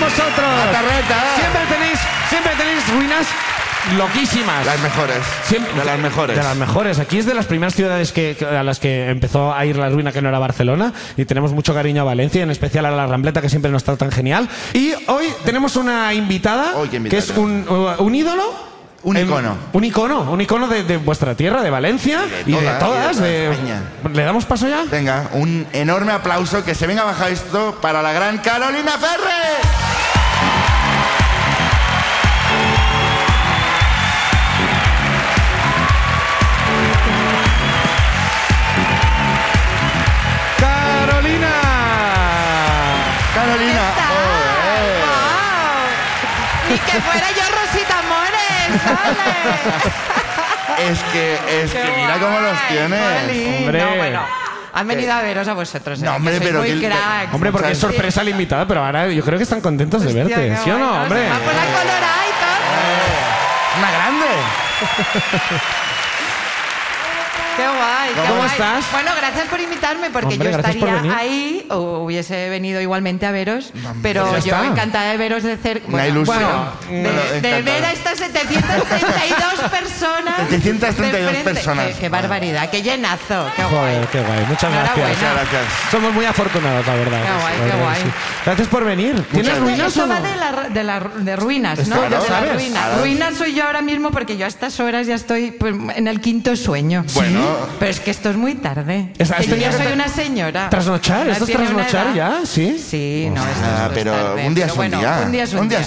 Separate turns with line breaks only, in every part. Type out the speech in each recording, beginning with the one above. nosotros.
Atarreta.
Siempre tenéis, siempre tenéis ruinas loquísimas.
Las mejores.
Siempre-
de las mejores.
De las mejores. Aquí es de las primeras ciudades que, a las que empezó a ir la ruina que no era Barcelona. Y tenemos mucho cariño a Valencia, en especial a la Rambleta, que siempre nos está tan genial. Y hoy tenemos una invitada,
Hoy, qué
que
invitada.
es un, uh, un ídolo.
Un
Em,
icono.
un icono, un icono de, de vuestra tierra, de Valencia y
Y de
de todas.
todas, y de
de-
toda España.
¿Le damos paso ya?
Venga, un enorme aplauso que se venga abajo esto para la gran Carolina Ferre.
¡Carolina!
Carolina.
está?
joder.
Wow. Ni que fuera yo Rosita Mores, ¿vale?
Es que, es que mira cómo los
Ay,
tienes.
jolín.
Hombre.
No, bueno, han venido a veros a vosotros. ¿eh?
No, hombre,
Que sois
pero
muy
que-
cracks.
Hombre, porque es sorpresa la invitada, pero ahora yo creo que están contentos de
Hostia,
verte.
qué
¿Sí o no,
bueno,
hombre?
Se me ha puesto la colorada y todo.
Una grande.
Qué guay. qué
¿Cómo
guay.
estás?
Bueno, gracias por invitarme, porque
Hombre,
yo
gracias por
estaría
venir.
ahí, o hubiese venido igualmente a veros,
Ya
pero yo
está.
encantada de veros de cerca.
Una ilusión.
de,
Bueno,
de
encantado.
ver a estas 732 personas.
732
de frente.
personas.
Qué, qué barbaridad, qué llenazo, qué guay.
Joder, qué guay. Muchas gracias.
Enhorabuena.
Muchas gracias.
Somos muy afortunados, la verdad.
Qué
La
guay,
verdad
qué
que
guay.
sí. Gracias por venir. ¿Tienes
Esto-
ruinas
esto
o no?
va de, la- de la- de ruinas, ¿no?
Claro,
de la
¿sabes?
ruina.
Claro.
Ruina soy yo ahora mismo porque yo a estas horas ya estoy pues, en el quinto sueño.
Bueno.
Pero es que esto es muy tarde.
Es- has
Que yo
tenido
ya
que
soy
tra-
una señora.
¿Trasnochar?
Ya
¿Esto es
tiene una
trasnochar
edad.
ya? ¿Sí?
Sí, no, esto,
Ah,
esto
pero
es tarde.
un día
Pero
es un
bueno,
día.
Un día es un,
es un día.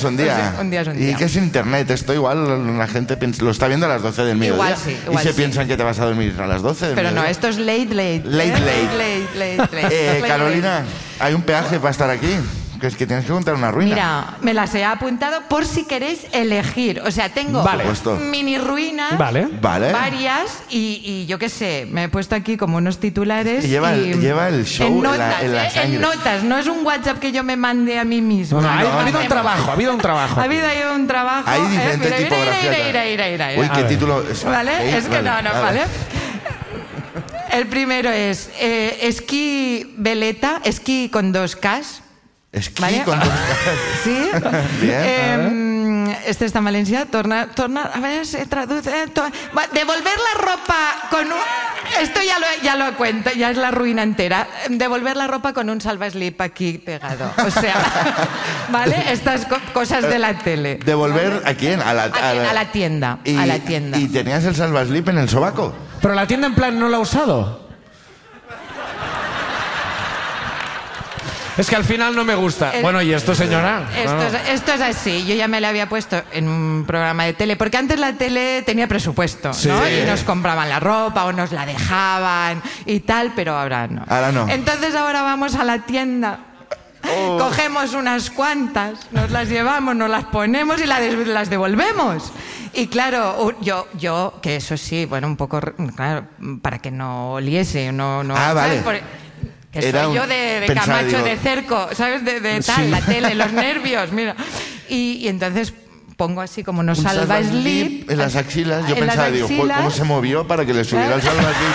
Un día es un
Y
día.
que es internet. Esto igual la gente piensa- lo está viendo a las 12 del mediodía.
Igual sí, igual
y se
sí.
piensan que te vas a dormir a las 12 del
Pero no,
mediodía.
esto es late, late.
Late, late.
late, late, late,
Eh,
late.
Carolina, hay un peaje para estar aquí. Que es que tienes que contar una ruina.
Mira, me las he apuntado por si queréis elegir. O sea, tengo
Vale. Por
supuesto.
mini ruinas,
Vale.
Vale.
varias y, y yo qué sé, me he puesto aquí como unos
Es
titulares.
que lleva el-
y-
lleva el show en
en
la-
notas.
en la
¿eh?
sangre.
En notas, no es un WhatsApp que yo me mande a mí mismo.
No, no, ha, ha habido un
Hacemos.
trabajo, ha habido un trabajo.
Ha habido ahí un trabajo.
Hay
¿eh?
diferente
Mira, mira,
tipografía.
Mira, mira, mira, mira, mira.
Uy,
A
qué
ver.
título. es-
¿Vale?
Sí,
es que no, no,
vale.
¿vale? El primero es eh, esquí veleta, esquí con dos Ks.
Esquí
¿Vale?
con dos-
Sí.
Bien.
Em, este está en Valencia. Tornar, tornar, a ver, se traduce. eh, to- va, devolver la ropa con un. Esto ya lo, ya lo cuento, ya es la ruina entera. Em, Devolver la ropa con un salva slip aquí pegado. O sea, ¿vale? Estas co- cosas de la tele.
¿Devolver a quién? A la,
¿A quién? A la tienda, a la tienda.
¿Y tenías el salvaslip en el sobaco?
Pero la tienda en plan no la ha usado. Es que al final no me gusta.
El-
bueno, ¿y esto, señora?
Esto
Ah.
No.
es, esto es así, yo ya me la había puesto en un programa de tele, porque antes la tele tenía presupuesto,
Sí.
¿no? Y nos compraban la ropa o nos la dejaban y tal, pero ahora no.
Ahora no. Oh.
Entonces ahora vamos a la tienda. Cogemos unas cuantas, nos las llevamos, nos las ponemos y la des- las devolvemos. Y claro, u- yo, yo, que eso sí, bueno, un poco, re- claro, para que no oliese, no... no
Ah,
¿sabes?
vale.
Porque- que
Era
soy
un-
yo de, de
pensaba,
Camacho,
digo-
de cerco, ¿sabes? De, de tal,
Sí.
la tele, los nervios, mira. Y, y entonces pongo así como nos
Un
salva slip.
En las axilas. Yo
en las
pensaba, digo, "Joder,
axilas".
¿cómo se movió para que le subiera el
Claro.
salvaslip?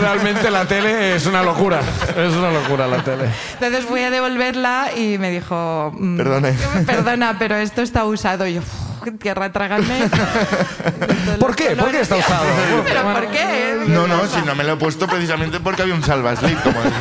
Realmente la tele es una locura. Es una locura la tele.
Entonces fui a devolverla y me dijo... mm,
Perdone.
Perdona, pero esto está usado. Y yo, "Uf, tierra, trágame.
¿Por qué? ¿Por qué está usado?
¿Pero por qué?
No, no, si no me lo he puesto precisamente porque había un salvaslip. Como decía.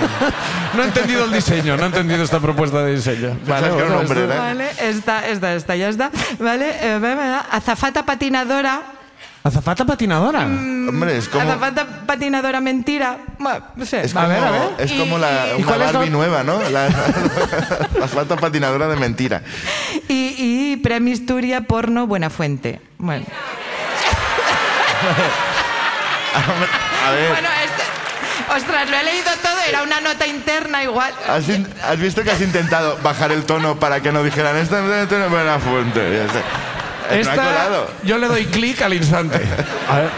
No he entendido el diseño, no he entendido esta propuesta de diseño.
Pensaba que era un hombre, ¿eh?
Vale, esta, esta, esta, ya está. Vale, eh, va, va, va. azafata patinadora.
¿eh?
¿Azafata patinadora?
Mm,
Hombre, es como...
Azafata patinadora mentira. Bueno, no sé,
Es como,
A ver, a ver.
Es
Y-
como la,
¿Y
una
cuál es la-
Barbie nueva, ¿no? La, la falta patinadora de mentira.
Y, y Premio Historia Porno Buenafuente. Bueno,
A ver,
bueno este, ostras, lo he leído todo, era una nota interna igual.
¿has, in- has visto que has intentado bajar el tono para que no dijeran esto esto no es buena fuente? Ya sé. Eh, No ha colado.
yo le doy clic al instante. A ver.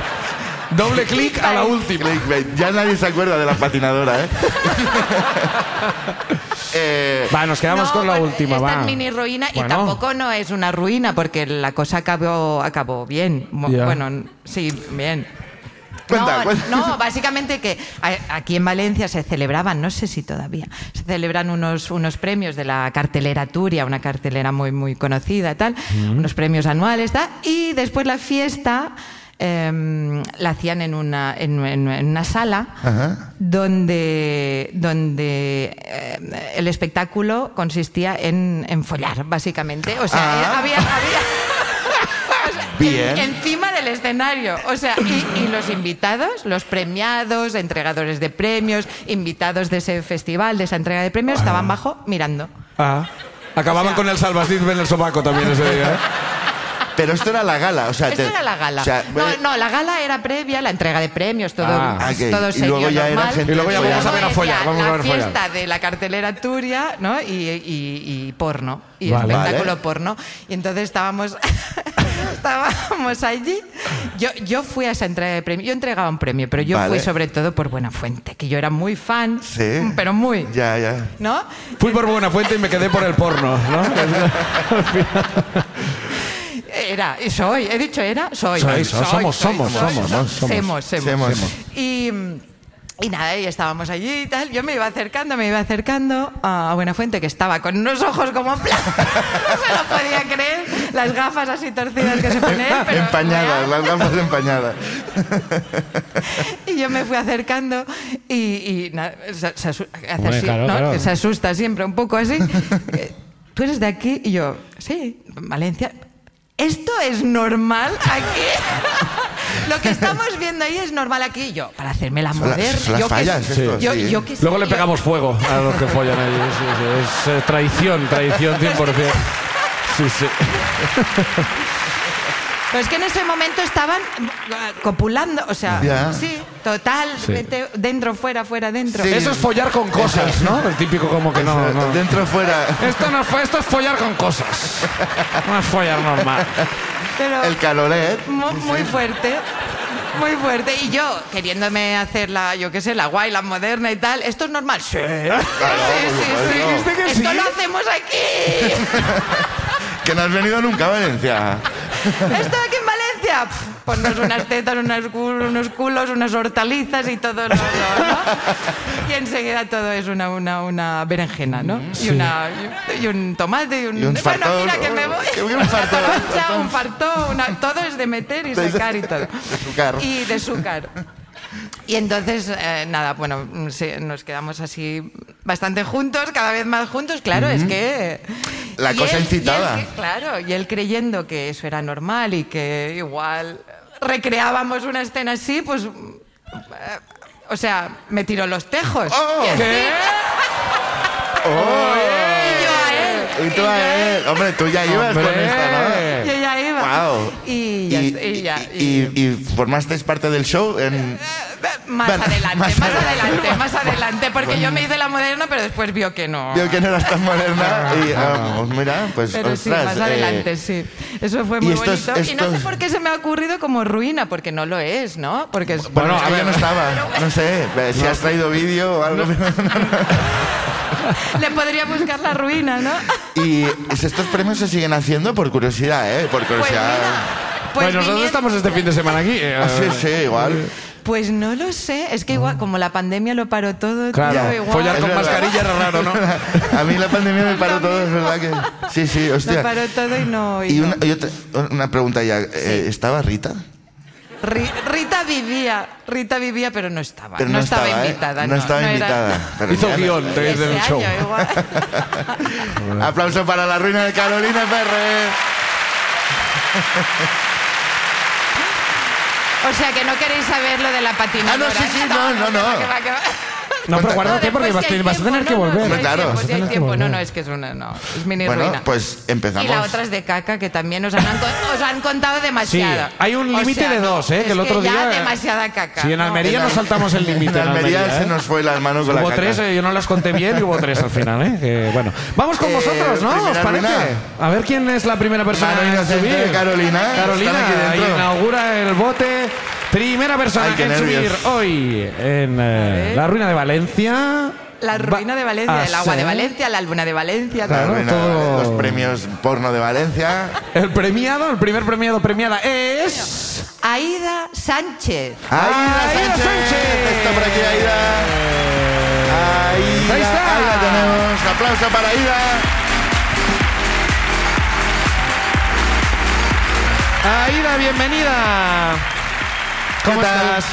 Doble clic a la última.
Clickbait. Ya nadie se acuerda de la patinadora, ¿eh? Eh,
Va, nos quedamos
No,
con la
bueno,
última,
esta
va.
es mini ruina
Bueno.
y tampoco no es una ruina porque la cosa acabó, acabó bien. Mo-
Ya.
Bueno, sí, bien.
Cuenta,
no,
cuenta.
no, básicamente que a- aquí en Valencia se celebraban, no sé si todavía, se celebran unos, unos premios de la cartelera Turia, una cartelera muy, muy conocida, tal, unos premios anuales, tal, y después la fiesta em, la hacían en una, en, en- en una sala
Ah.
Ajá.
donde, donde em, el espectáculo consistía en, en follar, básicamente. O sea,
Ah.
eh, había- había
Bien.
en- encima del escenario. O sea, y, y los invitados, los premiados, entregadores de premios, invitados de ese festival, de esa entrega de premios, estaban bajo mirando.
Ah. Acababan con el salvacid en el sobaco también ese día. ¿eh?
Pero esto era la gala. O sea,
Esto
te-
era la gala.
o sea,
no, no, la gala era previa, la entrega de premios, todo,
Ah,
ok.
todo
Y
serio,
luego ya era
normal.
gente
Y luego ya vamos a ver a follar,
Luego
vamos a
era
ver a follar.
La fiesta de la cartelera Turia, ¿no? Y, y- y porno. Y
Vale.
espectáculo
Vale.
porno. Y entonces estábamos, estábamos allí. Yo, yo fui a esa entrega de premios. Yo entregaba un premio, pero yo
Vale.
fui sobre todo por Buena Fuente, que yo era muy fan,
Sí.
pero muy.
Ya, ya.
¿No?
Fui por Buena Fuente y me quedé por el porno, ¿no?
Era, y soy, he dicho era, soy.
Soy, so- somos, somos, somos,
somos,
Semos, semos.
Semos. Semos.
Y, y nada, y estábamos allí y tal. Yo me iba acercando, me iba acercando a Buenafuente, que estaba con unos ojos como platos. no se lo podía creer. Las gafas así torcidas que se pone él, pero
Empañadas,
real.
las gafas empañadas.
Y yo me fui acercando y, y na- se, se asu- hace
Hombre,
así,
claro,
¿no?
claro.
Que se asusta siempre un poco así. Eh, Tú eres de aquí y yo, sí, Valencia. ¿Esto es normal aquí? Lo que estamos viendo ahí es normal aquí. Y yo, para hacerme la
Son las-
moderna.
son las
yo que-
fallas, esto,
yo-
sí.
yo que sé,
Luego le
yo-
pegamos fuego a los que follan ahí. sí, sí, Es eh, traición, traición 100%. Sí, sí.
Pero es que en ese momento estaban eh, copulando, o sea,
Ya.
sí, totalmente dentro, fuera, fuera, dentro.
Sí.
Eso es follar con cosas, ¿no? El típico como que no, Oh, no.
Dentro fuera.
Esto, no fue, esto es follar con cosas. No es follar normal.
Pues Pero-
El caloret.
Mu- Muy, fuerte. Muy fuerte. Y yo, queriéndome hacer la, yo qué sé, la guay, la moderna y tal. ¿Esto es normal? Sí.
Ah,
sí,
por
sí,
supuesto.
sí.
¿Dijiste que
Esto
sí?
lo hacemos aquí.
Que no has venido nunca a Valencia.
Esto aquí en Valencia. Pf, ponnos unas tetas, unas cul- unos culos, unas hortalizas y todo. lo- lo- ¿no? Y enseguida todo es una, una, una berenjena, ¿no? Y, una, y un tomate Mm, y un...
Y un
Bueno,
fartón.
mira que me voy.
Que hubiera un
Una
fartón.
toronja, un fartón, una- todo es de meter y sacar y todo.
De sucar.
Y de sucar. Y entonces, eh, nada, bueno, mm, sí, nos quedamos así bastante juntos, cada vez más juntos, claro, es que...
La
y
cosa
él-
incitaba.
y él que- claro, y él creyendo que eso era normal y que igual recreábamos una escena así, pues... mm, eh, o sea, me tiró los tejos.
Oh.
y, así, y yo a él.
Y tú a él. Hombre, tú ya ibas con
Hombre.
esta, ¿no?
Yo ya iba.
Wow.
Y ya. y ya-
y- y- y formasteis parte del show en.
Más
Bueno,
adelante,
más
más,
adelante.
adelante, más adelante, porque yo me hice la moderna, pero después vio que no.
Vio que no eras tan moderna. Y ah, pues mira, pues
Pero sí,
ostras.
más
eh,
adelante, sí. Eso fue muy
y estos-
bonito. Y no sé
estos-
por qué se me ha ocurrido como ruina, porque no lo es, ¿no? Porque es...
Bueno,
Bueno,
es
a
que yo
ver.
no estaba. No sé. eh, Si has traído vídeo o algo.
le podría buscar la ruina, ¿no?
Y pues, estos premios se siguen haciendo por curiosidad, ¿eh? Por
Pues
curiosidad.
mira, pues
Pues nosotros
viniendo-
estamos este fin de semana aquí. eh,
Ah, sí, sí, igual.
Pues no lo sé, es que
Ah.
igual, como la pandemia lo paró todo,
Claro,
tío, igual-
follar
Es
con
verdad.
mascarilla era raro, ¿no?
A mí la pandemia me paró todo, es verdad que. Sí, sí,
lo
hostia.
paró todo y no... y
Y
no.
una, y otra- una pregunta ya. eh, ¿Estaba Rita?
Ri- Rita vivía, Rita vivía, pero no estaba.
Pero
no, estaba,
¿eh?
invitada.
No, estaba
era-
invitada. Pero
Hizo
ya-
guión de-
Ese
del
año,
show.
igual.
Aplauso para la ruina de Carolina Ferrer.
O sea que no queréis saber lo de la patinadora.
Ah, no, sí, sí, no, no, no.
que va, que va.
No, pero guárdate porque
después
vas,
si Pues hay
vas a tener
tiempo,
que
no, no,
volver.
si hay
Claro.
tiempo,
Vas a
si hay
tener que
tiempo, no,
volver.
no, es que es una, no, es mini
Bueno,
ruina.
pues
y
empezamos.
la otra es de caca, que también os han, con- os han contado demasiado.
Sí, hay un
O
límite
sea,
de
no,
dos, ¿eh?
es
Que el otro
ya
día-
demasiada caca.
Si en
no.
Almería nos saltamos el límite. ¿eh?
En Almería se nos fue las manos con la
Hubo
caca.
tres, eh, yo no las conté bien y hubo tres al final, ¿eh? Que, bueno, vamos con
Eh,
vosotros, ¿no? ¿Os
primera
parece?
ruina.
A ver quién es la primera persona
Mano
en
inocente
subir.
de Carolina.
Carolina,
Están aquí
ahí
dentro.
inaugura el bote. Primera persona
Ay, qué
en subir
nervios.
hoy en eh,
A ver.
la ruina de Valencia.
La ruina de
Va
Valencia,
a
el agua de
ser
Valencia, la luna de
La
Valencia.
Claro,
todo.
ruina de
todo-
Valen- Los premios porno de Valencia.
El premiado, el primer premiado premiada es.
Aida Sánchez, Sánchez.
Aida
Ah, Aida
Sánchez.
Sánchez. Eh.
Está por aquí Aida. Aida.
Ahí está.
Ahí la tenemos. Aplauso para Aida.
Aida, bienvenida. ¿Cómo
¿Qué tal?
estás?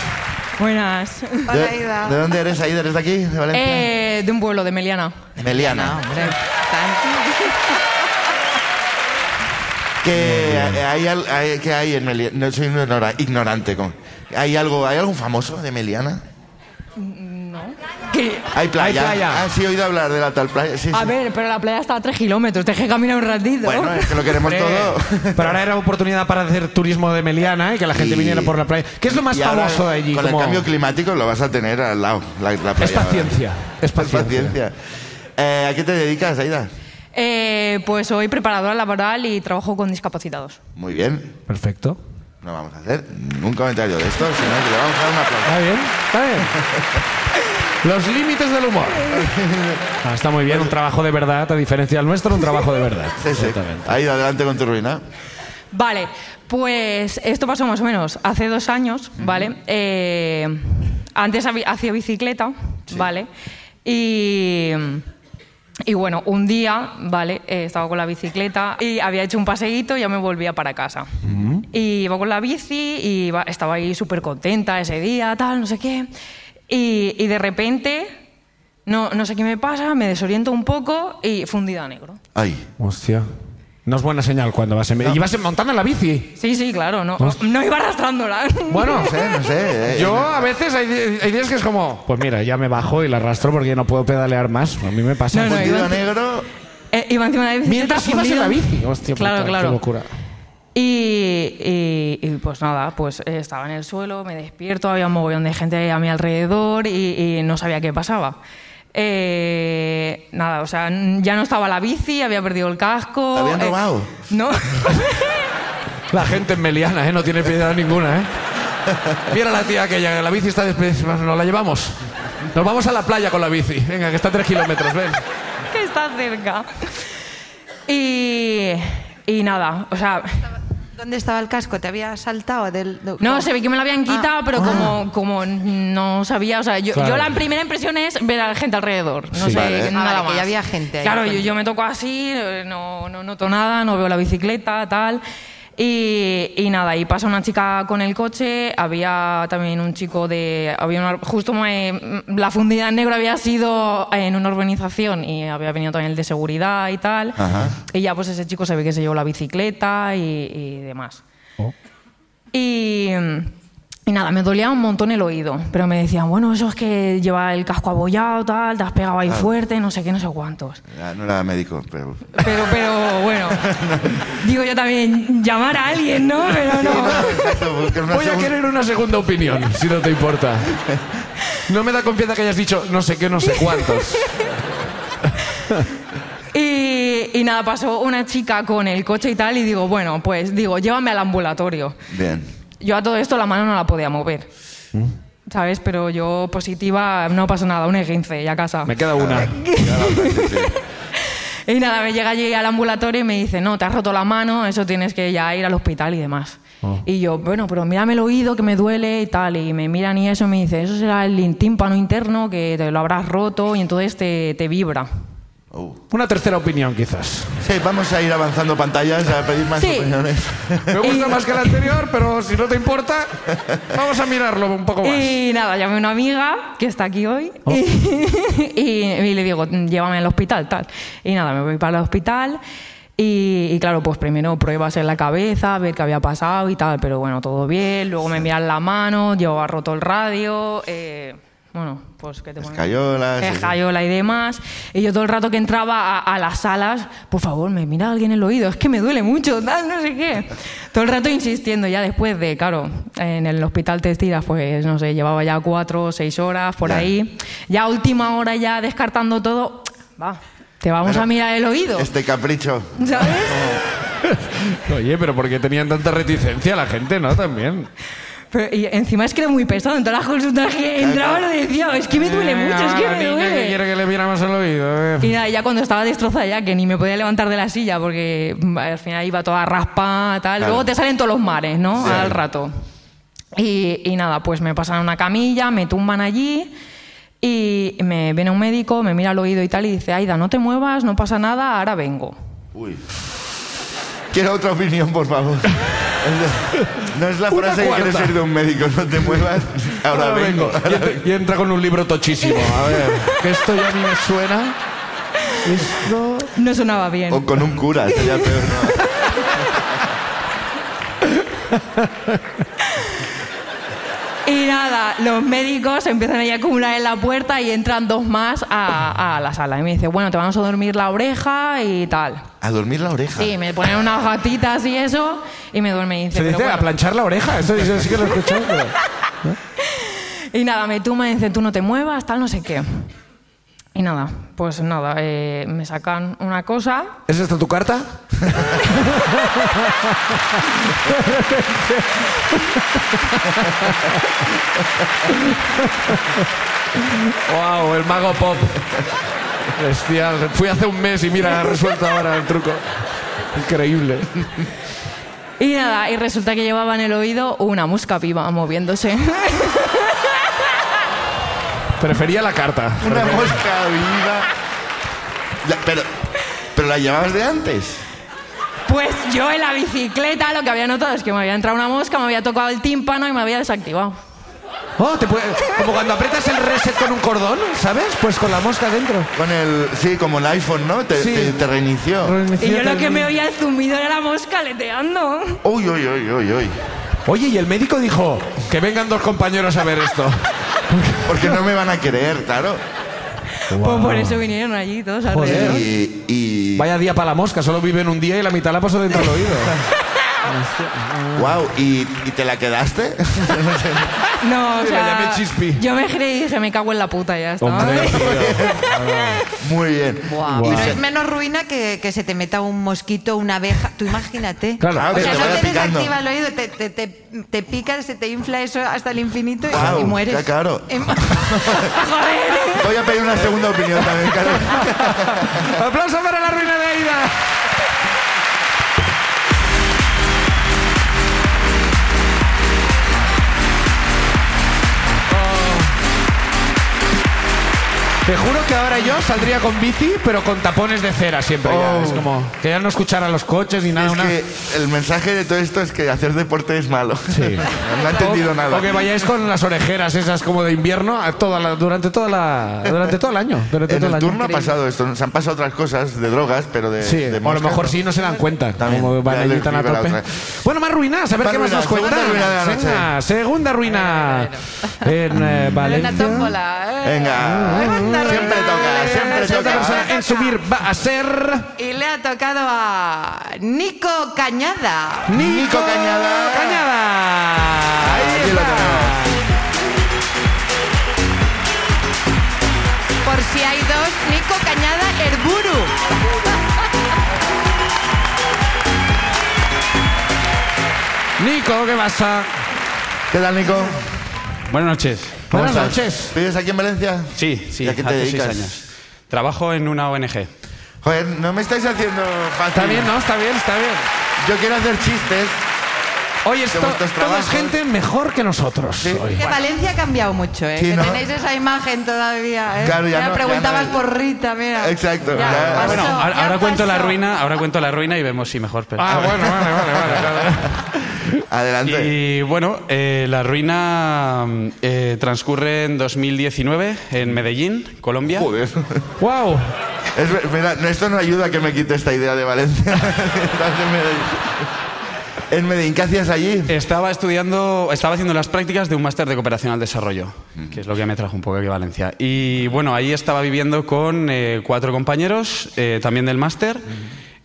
Buenas.
Hola,
¿De-
Aida.
¿De dónde eres, Aida? ¿Eres de aquí? ¿De Valencia?
Eh, de un pueblo de Meliana.
de Meliana.
No, hombre. tan-
¿Qué, hay, al- hay- qué hay en Meliana? No, soy un ignora- ignorante. con- ¿Hay, algo, ¿Hay algún famoso de Meliana?
Que-
¿Hay playa?
Hay playa.
Ah, sí, he oído hablar de la tal playa. Sí,
a
sí.
ver, pero la playa está a 3 kilómetros, te que caminar un ratito.
Bueno, es que lo queremos
Eh,
todo.
Pero ahora era oportunidad para hacer turismo de Meliana y que la gente
Y-
viniera por la playa. ¿Qué es lo más
Y ahora,
famoso de allí?
Con
Como-
el cambio climático lo vas a tener al lado, la, la playa.
es paciencia. Es
Es
paciencia.
paciencia. Eh, ¿A qué te dedicas, Aida?
Eh, pues soy preparadora laboral y trabajo con discapacitados.
Muy bien.
Perfecto.
No vamos a hacer ningún comentario de esto, sino que le vamos a dar un aplauso.
Está bien, está bien. Los límites del humor. Ah, está muy bien, un trabajo de verdad, a diferencia del nuestro, un trabajo de verdad.
Sí, sí.
Exactamente.
Aida, adelante con tu ruina.
Vale, pues esto pasó más o menos hace dos años, ¿vale? Eh, antes habi- hacía bicicleta, ¿vale? Y, y bueno, un día, ¿vale? Eh, estaba con la bicicleta y había hecho un paseíto y ya me volvía para casa. Y iba con la bici y iba- estaba ahí súper contenta ese día, tal, no sé qué. Y, y de repente, no, no sé qué me pasa, me desoriento un poco y fundida a negro.
Ay.
Hostia. No es buena señal cuando vas en... Y vas en- montando en la bici.
Sí, sí, claro, no,
Host-
no iba arrastrándola.
Bueno,
No sé, no sé. eh.
yo a veces hay, hay días que es como, pues mira, ya me bajo y la arrastro porque ya no puedo pedalear más. A mí me pasa.
No, no,
Fundido
iba
a
a-
negro.
Eh, iba encima de la bicicleta.
Mientras ibas en la
fundido.
bici. Hostia,
claro,
puta,
claro.
qué locura.
Y, y- y, pues nada, pues eh, estaba en el suelo, me despierto, había un mogollón de gente a mi alrededor y, y no sabía qué pasaba. Eh, nada, o sea, n- ya no estaba la bici, había perdido el casco.
¿Te habían
eh,
robado?
no.
La gente en Meliana, ¿eh? No tiene piedad ninguna, ¿eh? Mira la tía que ya la bici está despe- Nos la llevamos. Nos vamos a la playa con la bici. Venga, que está a tres kilómetros, ven.
que está cerca. Y, y nada, o sea,
¿Dónde estaba el casco? ¿Te había saltado del.? del-
No, se ve que me la habían
Ah.
quitado, pero como, como no sabía, o sea, yo,
Claro.
yo la primera impresión es ver a la gente alrededor, no
Sí.
sé
Vale.
nada
Ah, vale, que
más.
ya había gente ahí.
Claro, yo, yo me toco así, eh, no, no noto nada, no veo la bicicleta, tal. Y, y nada, y pasa una chica con el coche, había también un chico de... Había una- justo me- la fundida en negro había sido en una urbanización y había venido también el de seguridad y tal.
Ajá.
Y ya pues ese chico se ve que se llevó la bicicleta y, y demás. Y, y nada, me dolía un montón el oído, pero me decían, bueno, eso es que lleva el casco abollado, tal, te has pegado ahí fuerte, no sé qué, no sé cuántos.
Ah, No era médico, pero.
Pero, pero bueno, digo yo también, llamar a alguien, ¿no? Pero no.
Exacto, porque una
Voy a
segunda-
querer una segunda opinión, si no te importa. No me da confianza que hayas dicho no sé qué, no sé cuántos.
Y, y nada, pasó una chica con el coche y tal, y digo, bueno, pues digo, llévame al ambulatorio.
Bien.
Yo a todo esto la mano no la podía mover. ¿Sabes? Pero yo positiva, no pasó nada, un E15 y a casa.
Me queda una.
Y nada, me llega allí al ambulatorio y me dice, no, te has roto la mano, eso tienes que ya ir al hospital y demás. Y yo, bueno, pero mírame el oído que me duele y tal. Y me miran y eso, y me dice, eso será el tímpano interno que te lo habrás roto y entonces te, te vibra.
Oh.
Una tercera opinión, quizás.
Sí, vamos a ir avanzando pantallas a pedir más
Sí.
opiniones.
Me gusta más que la anterior, pero si no te importa, vamos a mirarlo un poco más. Oh.
Y nada, llamé a una amiga que está aquí hoy y, y le digo, "Mm, llévame al hospital, tal. Y nada, me voy para el hospital. Y, y claro, pues primero pruebas en la cabeza, ver qué había pasado y tal, pero bueno, todo bien. Luego me miran la mano, llevaba roto el radio. eh, bueno, pues que te ponen?
Escayolas, sí, sí.
Escayola Eh, y demás. Y yo todo el rato que entraba a, a las salas, por favor, me mira alguien el oído, es que me duele mucho, tal, no sé qué. Todo el rato insistiendo, ya después de, claro, en el hospital te estiras, pues no sé, llevaba ya cuatro o seis horas por
Ya.
ahí. Ya a última hora, ya descartando todo, va, te vamos
Pero
a mirar el oído.
Este capricho.
¿Sabes?
Oye, pero ¿por qué tenían tanta reticencia la gente, no? También.
Pero- y encima es que era muy pesado, en todas las consultas que entraba lo decía, es que me
Eh,
duele mucho, es que me
Que
duele.
quiere que le miramos el oído. eh.
Y nada, ya cuando estaba destrozada ya, que ni me podía levantar de la silla porque mm, al final iba toda raspa, tal.
Claro.
Luego te salen todos los mares, ¿no?
Sí.
Al rato. Y, y nada, pues me pasan a una camilla, me tumban allí y me viene un médico, me mira al oído y tal y dice, Aida, no te muevas, no pasa nada, ahora vengo.
Uy. Quiero otra opinión, por favor. No es la
Una
frase que
cuarta.
quieres ser de un médico, no te muevas. Ahora vengo.
Y, ent- y entra con un libro tochísimo. A ver, que esto ya a mí me suena. Esto.
No sonaba bien.
O con un cura, sería peor. ¿no?
Y nada, los médicos empiezan ahí a acumular en la puerta y entran dos más a, a la sala. Y me dice, bueno, te vamos a dormir la oreja y tal.
A dormir la oreja.
Sí, me ponen unas gatitas y eso y me duerme. Y, dice,
Se
"Pero
dice a
bueno".
planchar la oreja. Eso eso sí que lo he escuchado. pero-
y nada, me tumba y dice, tú no te muevas, tal, no sé qué. Y nada, pues nada, eh, me sacan una cosa.
¿Es esta tu carta?
¡Wow! El mago pop. Bestial. Fui hace un mes y mira, ha resuelto ahora el truco.
Increíble.
Y nada, y resulta que llevaba en el oído una musca viva moviéndose.
Prefería la carta.
Una mosca viva. La- pero, pero la llevabas de antes.
Pues yo en la bicicleta lo que había notado es que me había entrado una mosca, me había tocado el tímpano y me había desactivado.
Oh, te puede- como cuando aprietas el reset con un cordón, ¿sabes? Pues con la mosca dentro.
Con el. Sí, como el iPhone, ¿no? Te,
Sí.
te- te reinició.
Y yo lo que me oía el zumbido era la mosca aleteando.
Uy, uy, uy, uy, uy.
Oye, y el médico dijo que vengan dos compañeros a ver esto.
Porque no me van a querer, claro.
Pues por eso vinieron allí todos
¿Eh?
alrededor.
Y. y
Vaya día para la mosca, solo viven un día y la mitad la pasó dentro del oído.
wow, ¿y, y te la quedaste?
No, o
Mira, ya me
sea,
chispi.
yo me giré y dije, me cago en la puta ya está.
Hombre,
Muy bien.
Guau.
Y
Pero
se-
es menos ruina que, que se te meta un mosquito, una abeja. Tú imagínate.
Claro,
Ah,
O
que
sea,
te
no
vaya
te
picando.
desactiva el oído, te, te, te, te pica, se te infla eso hasta el infinito y,
Guau,
y mueres. Em-
qué caro.
Y mu- Joder.
Voy a pedir una segunda opinión también, Carlos.
¡Aplauso para la ruina de Aida! Oh. Te juro que ahora yo saldría con bici, pero con tapones de cera siempre. ya.
Oh.
Es como que ya no escuchara los coches ni nada.
Es
una-
que el mensaje de todo esto es que hacer deporte es malo. No ha entendido
o,
nada.
o que vayáis con las orejeras esas como de invierno a toda la- durante, toda la, durante todo el año. Durante
En
todo
el
año.
turno ha pasado esto. Se han pasado otras cosas de drogas, pero de.
Sí,
de
o a lo
moscas,
mejor
¿no?
sí no se dan cuenta.
También,
como van
ya
allí
les
tan a
vive la
tope.
otra.
Bueno, más ruinas, a ver
Más
qué más
ruinas,
nos cuentan.
segunda ruina de la noche.
Venga, segunda ruina en eh, Valencia.
Una tómbola. eh.
Venga.
Segunda ruina.
Siempre toca, siempre
Esa otra
toca.
persona en subir va a ser
Y le ha tocado a Nico Cañada.
Nico,
Nico Cañada.
Cañada.
Ahí
Ahí
lo
está.
tenemos.
Por si hay dos, Nico Cañada Herburu.
Nico, ¿qué pasa?
¿Qué tal, Nico?
Buenas noches.
¿Cómo
Buenas
estás?
noches.
¿Vives aquí en Valencia?
Sí, sí,
¿Y a qué te
hace seis
dedicas?
años. Trabajo en una ONG.
Joder, no me estáis haciendo fácil.
Está bien, ¿no? Está bien, está bien.
Yo quiero hacer chistes.
Oye, esto,
Según
toda
tus
es
trabajos.
gente mejor que nosotros. hoy.
Que Valencia ha cambiado mucho, ¿eh?
Sí,
que
¿no?
tenéis esa imagen todavía, ¿eh?
Claro, ya
Mira,
no- ya
preguntabas
no-
por Rita, mira.
Exacto,
Ya
ya-
pasó,
bueno, ahora,
ya
ahora cuento la
pasó.
ruina, ahora cuento la ruina y vemos si mejor. pero-
Ah, bueno, vale, vale, vale. vale.
Adelante.
Y bueno, eh, la ruina mm, eh, transcurre en 2019 en Medellín, Colombia.
Joder.
Wow.
Es ver- mira, no, esto no ayuda a que me quite esta idea de Valencia. Estás en Medellín. En Medellín, ¿qué hacías allí?
Estaba estudiando, estaba haciendo las prácticas de un máster de cooperación al desarrollo, que es lo que me trajo un poco aquí a Valencia. Y bueno, ahí estaba viviendo con eh, cuatro compañeros, eh, también del máster,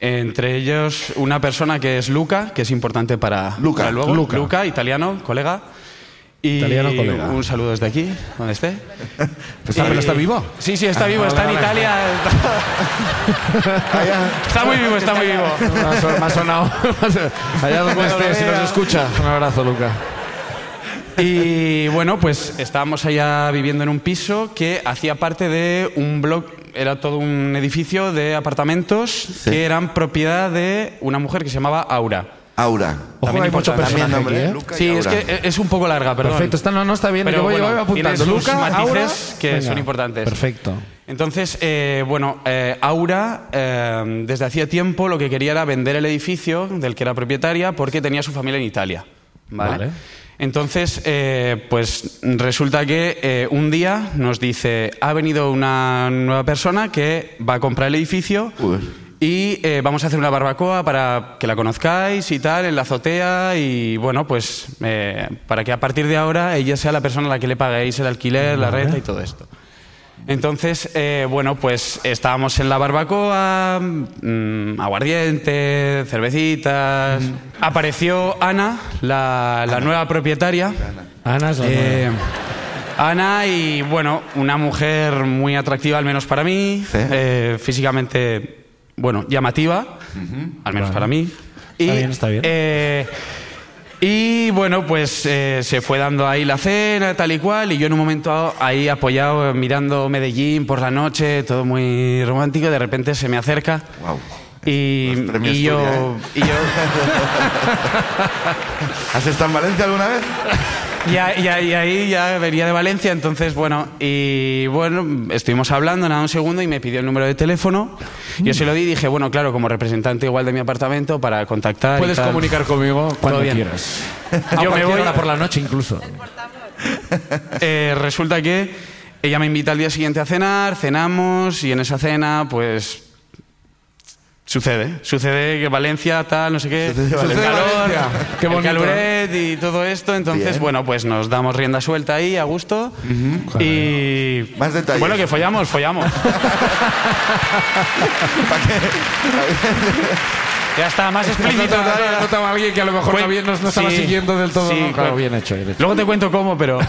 entre ellos una persona que es Luca, que es importante para,
Luca,
para luego.
Luca.
italiano, colega. Y
Italiano, colega. Pues
un saludo desde aquí, donde esté.
Está-
Y-
pero está vivo. Ah,
Sí, sí, está vivo, está en Italia.
Allá.
está muy vivo, está muy vivo.
Me ha son- me ha sonado. Allá donde estés, si nos escucha. Un abrazo, Luca.
Y bueno, pues estábamos allá viviendo en un piso que hacía parte de un blog, era todo un edificio de apartamentos que eran propiedad de una mujer que se llamaba Aura.
Aura.
Ojo,
También
hay mucho
importante.
También
personaje aquí,
nombre,
¿eh?
Luca y
Sí, es
Aura.
que es un poco larga, perdón.
Perfecto, está, no, no está bien.
Pero
yo voy,
bueno,
voy
tiene
apuntando.
sus
Luca,
matices
Aura,
que
Venga.
son importantes.
Perfecto.
Entonces, eh, bueno, eh, Aura, eh, desde hacía tiempo lo que quería era vender el edificio del que era propietaria porque tenía su familia en Italia. ¿vale?
Vale.
Entonces, eh, pues resulta que eh, un día nos dice, ha venido una nueva persona que va a comprar el edificio
Uy.
y eh, vamos a hacer una barbacoa para que la conozcáis y tal, en la azotea y bueno, pues eh, para que a partir de ahora ella sea la persona a la que le paguéis el alquiler, la renta y todo esto. Entonces, eh, bueno, pues estábamos en la barbacoa, mm, aguardiente, cervecitas. Apareció Ana, la, la nueva propietaria.
Ana es la
Eh, Ana y, bueno, una mujer muy atractiva, al menos para mí,
Sí.
eh, físicamente, bueno, llamativa, al menos para mí.
Está bien, está bien.
eh, y bueno, pues eh, se fue dando ahí la cena, tal y cual, y yo en un momento ahí apoyado, eh, mirando Medellín por la noche, todo muy romántico, y de repente se me acerca.
Guau.
Y,
Pues
Los premios
y yo,
Turia,
¿eh?
y yo
¿Has estado en Valencia alguna vez?
Y, a- y a- y ahí ya venía de Valencia, entonces, bueno, y bueno, estuvimos hablando, nada, un segundo, y me pidió el número de teléfono. Yo se lo di y dije, bueno, claro, como representante igual de mi apartamento, para contactar. y
Puedes
tal.
comunicar conmigo cuando
bien.
quieras.
Yo me voy.
ahora por la noche incluso.
Eh, resulta que ella me invita al día siguiente a cenar, cenamos, y en esa cena, pues. Sucede, sucede que Valencia, tal, no sé qué,
Sucede
el
Valencia.
calor,
Valencia. Qué
el
bonito.
caluret y todo esto, entonces,
Bien.
bueno, pues nos damos rienda suelta ahí, a gusto, y...
Más detalles.
Bueno, que follamos, follamos.
¿Para qué?
ya está, más
Pues
explícito.
Nota- notaba alguien que a lo mejor
Cuen-
no, había- no- no estaba
sí,
siguiendo del todo.
sí,
¿no? Claro,
cuen-
bien hecho. bien hecho.
Luego te cuento cómo, pero.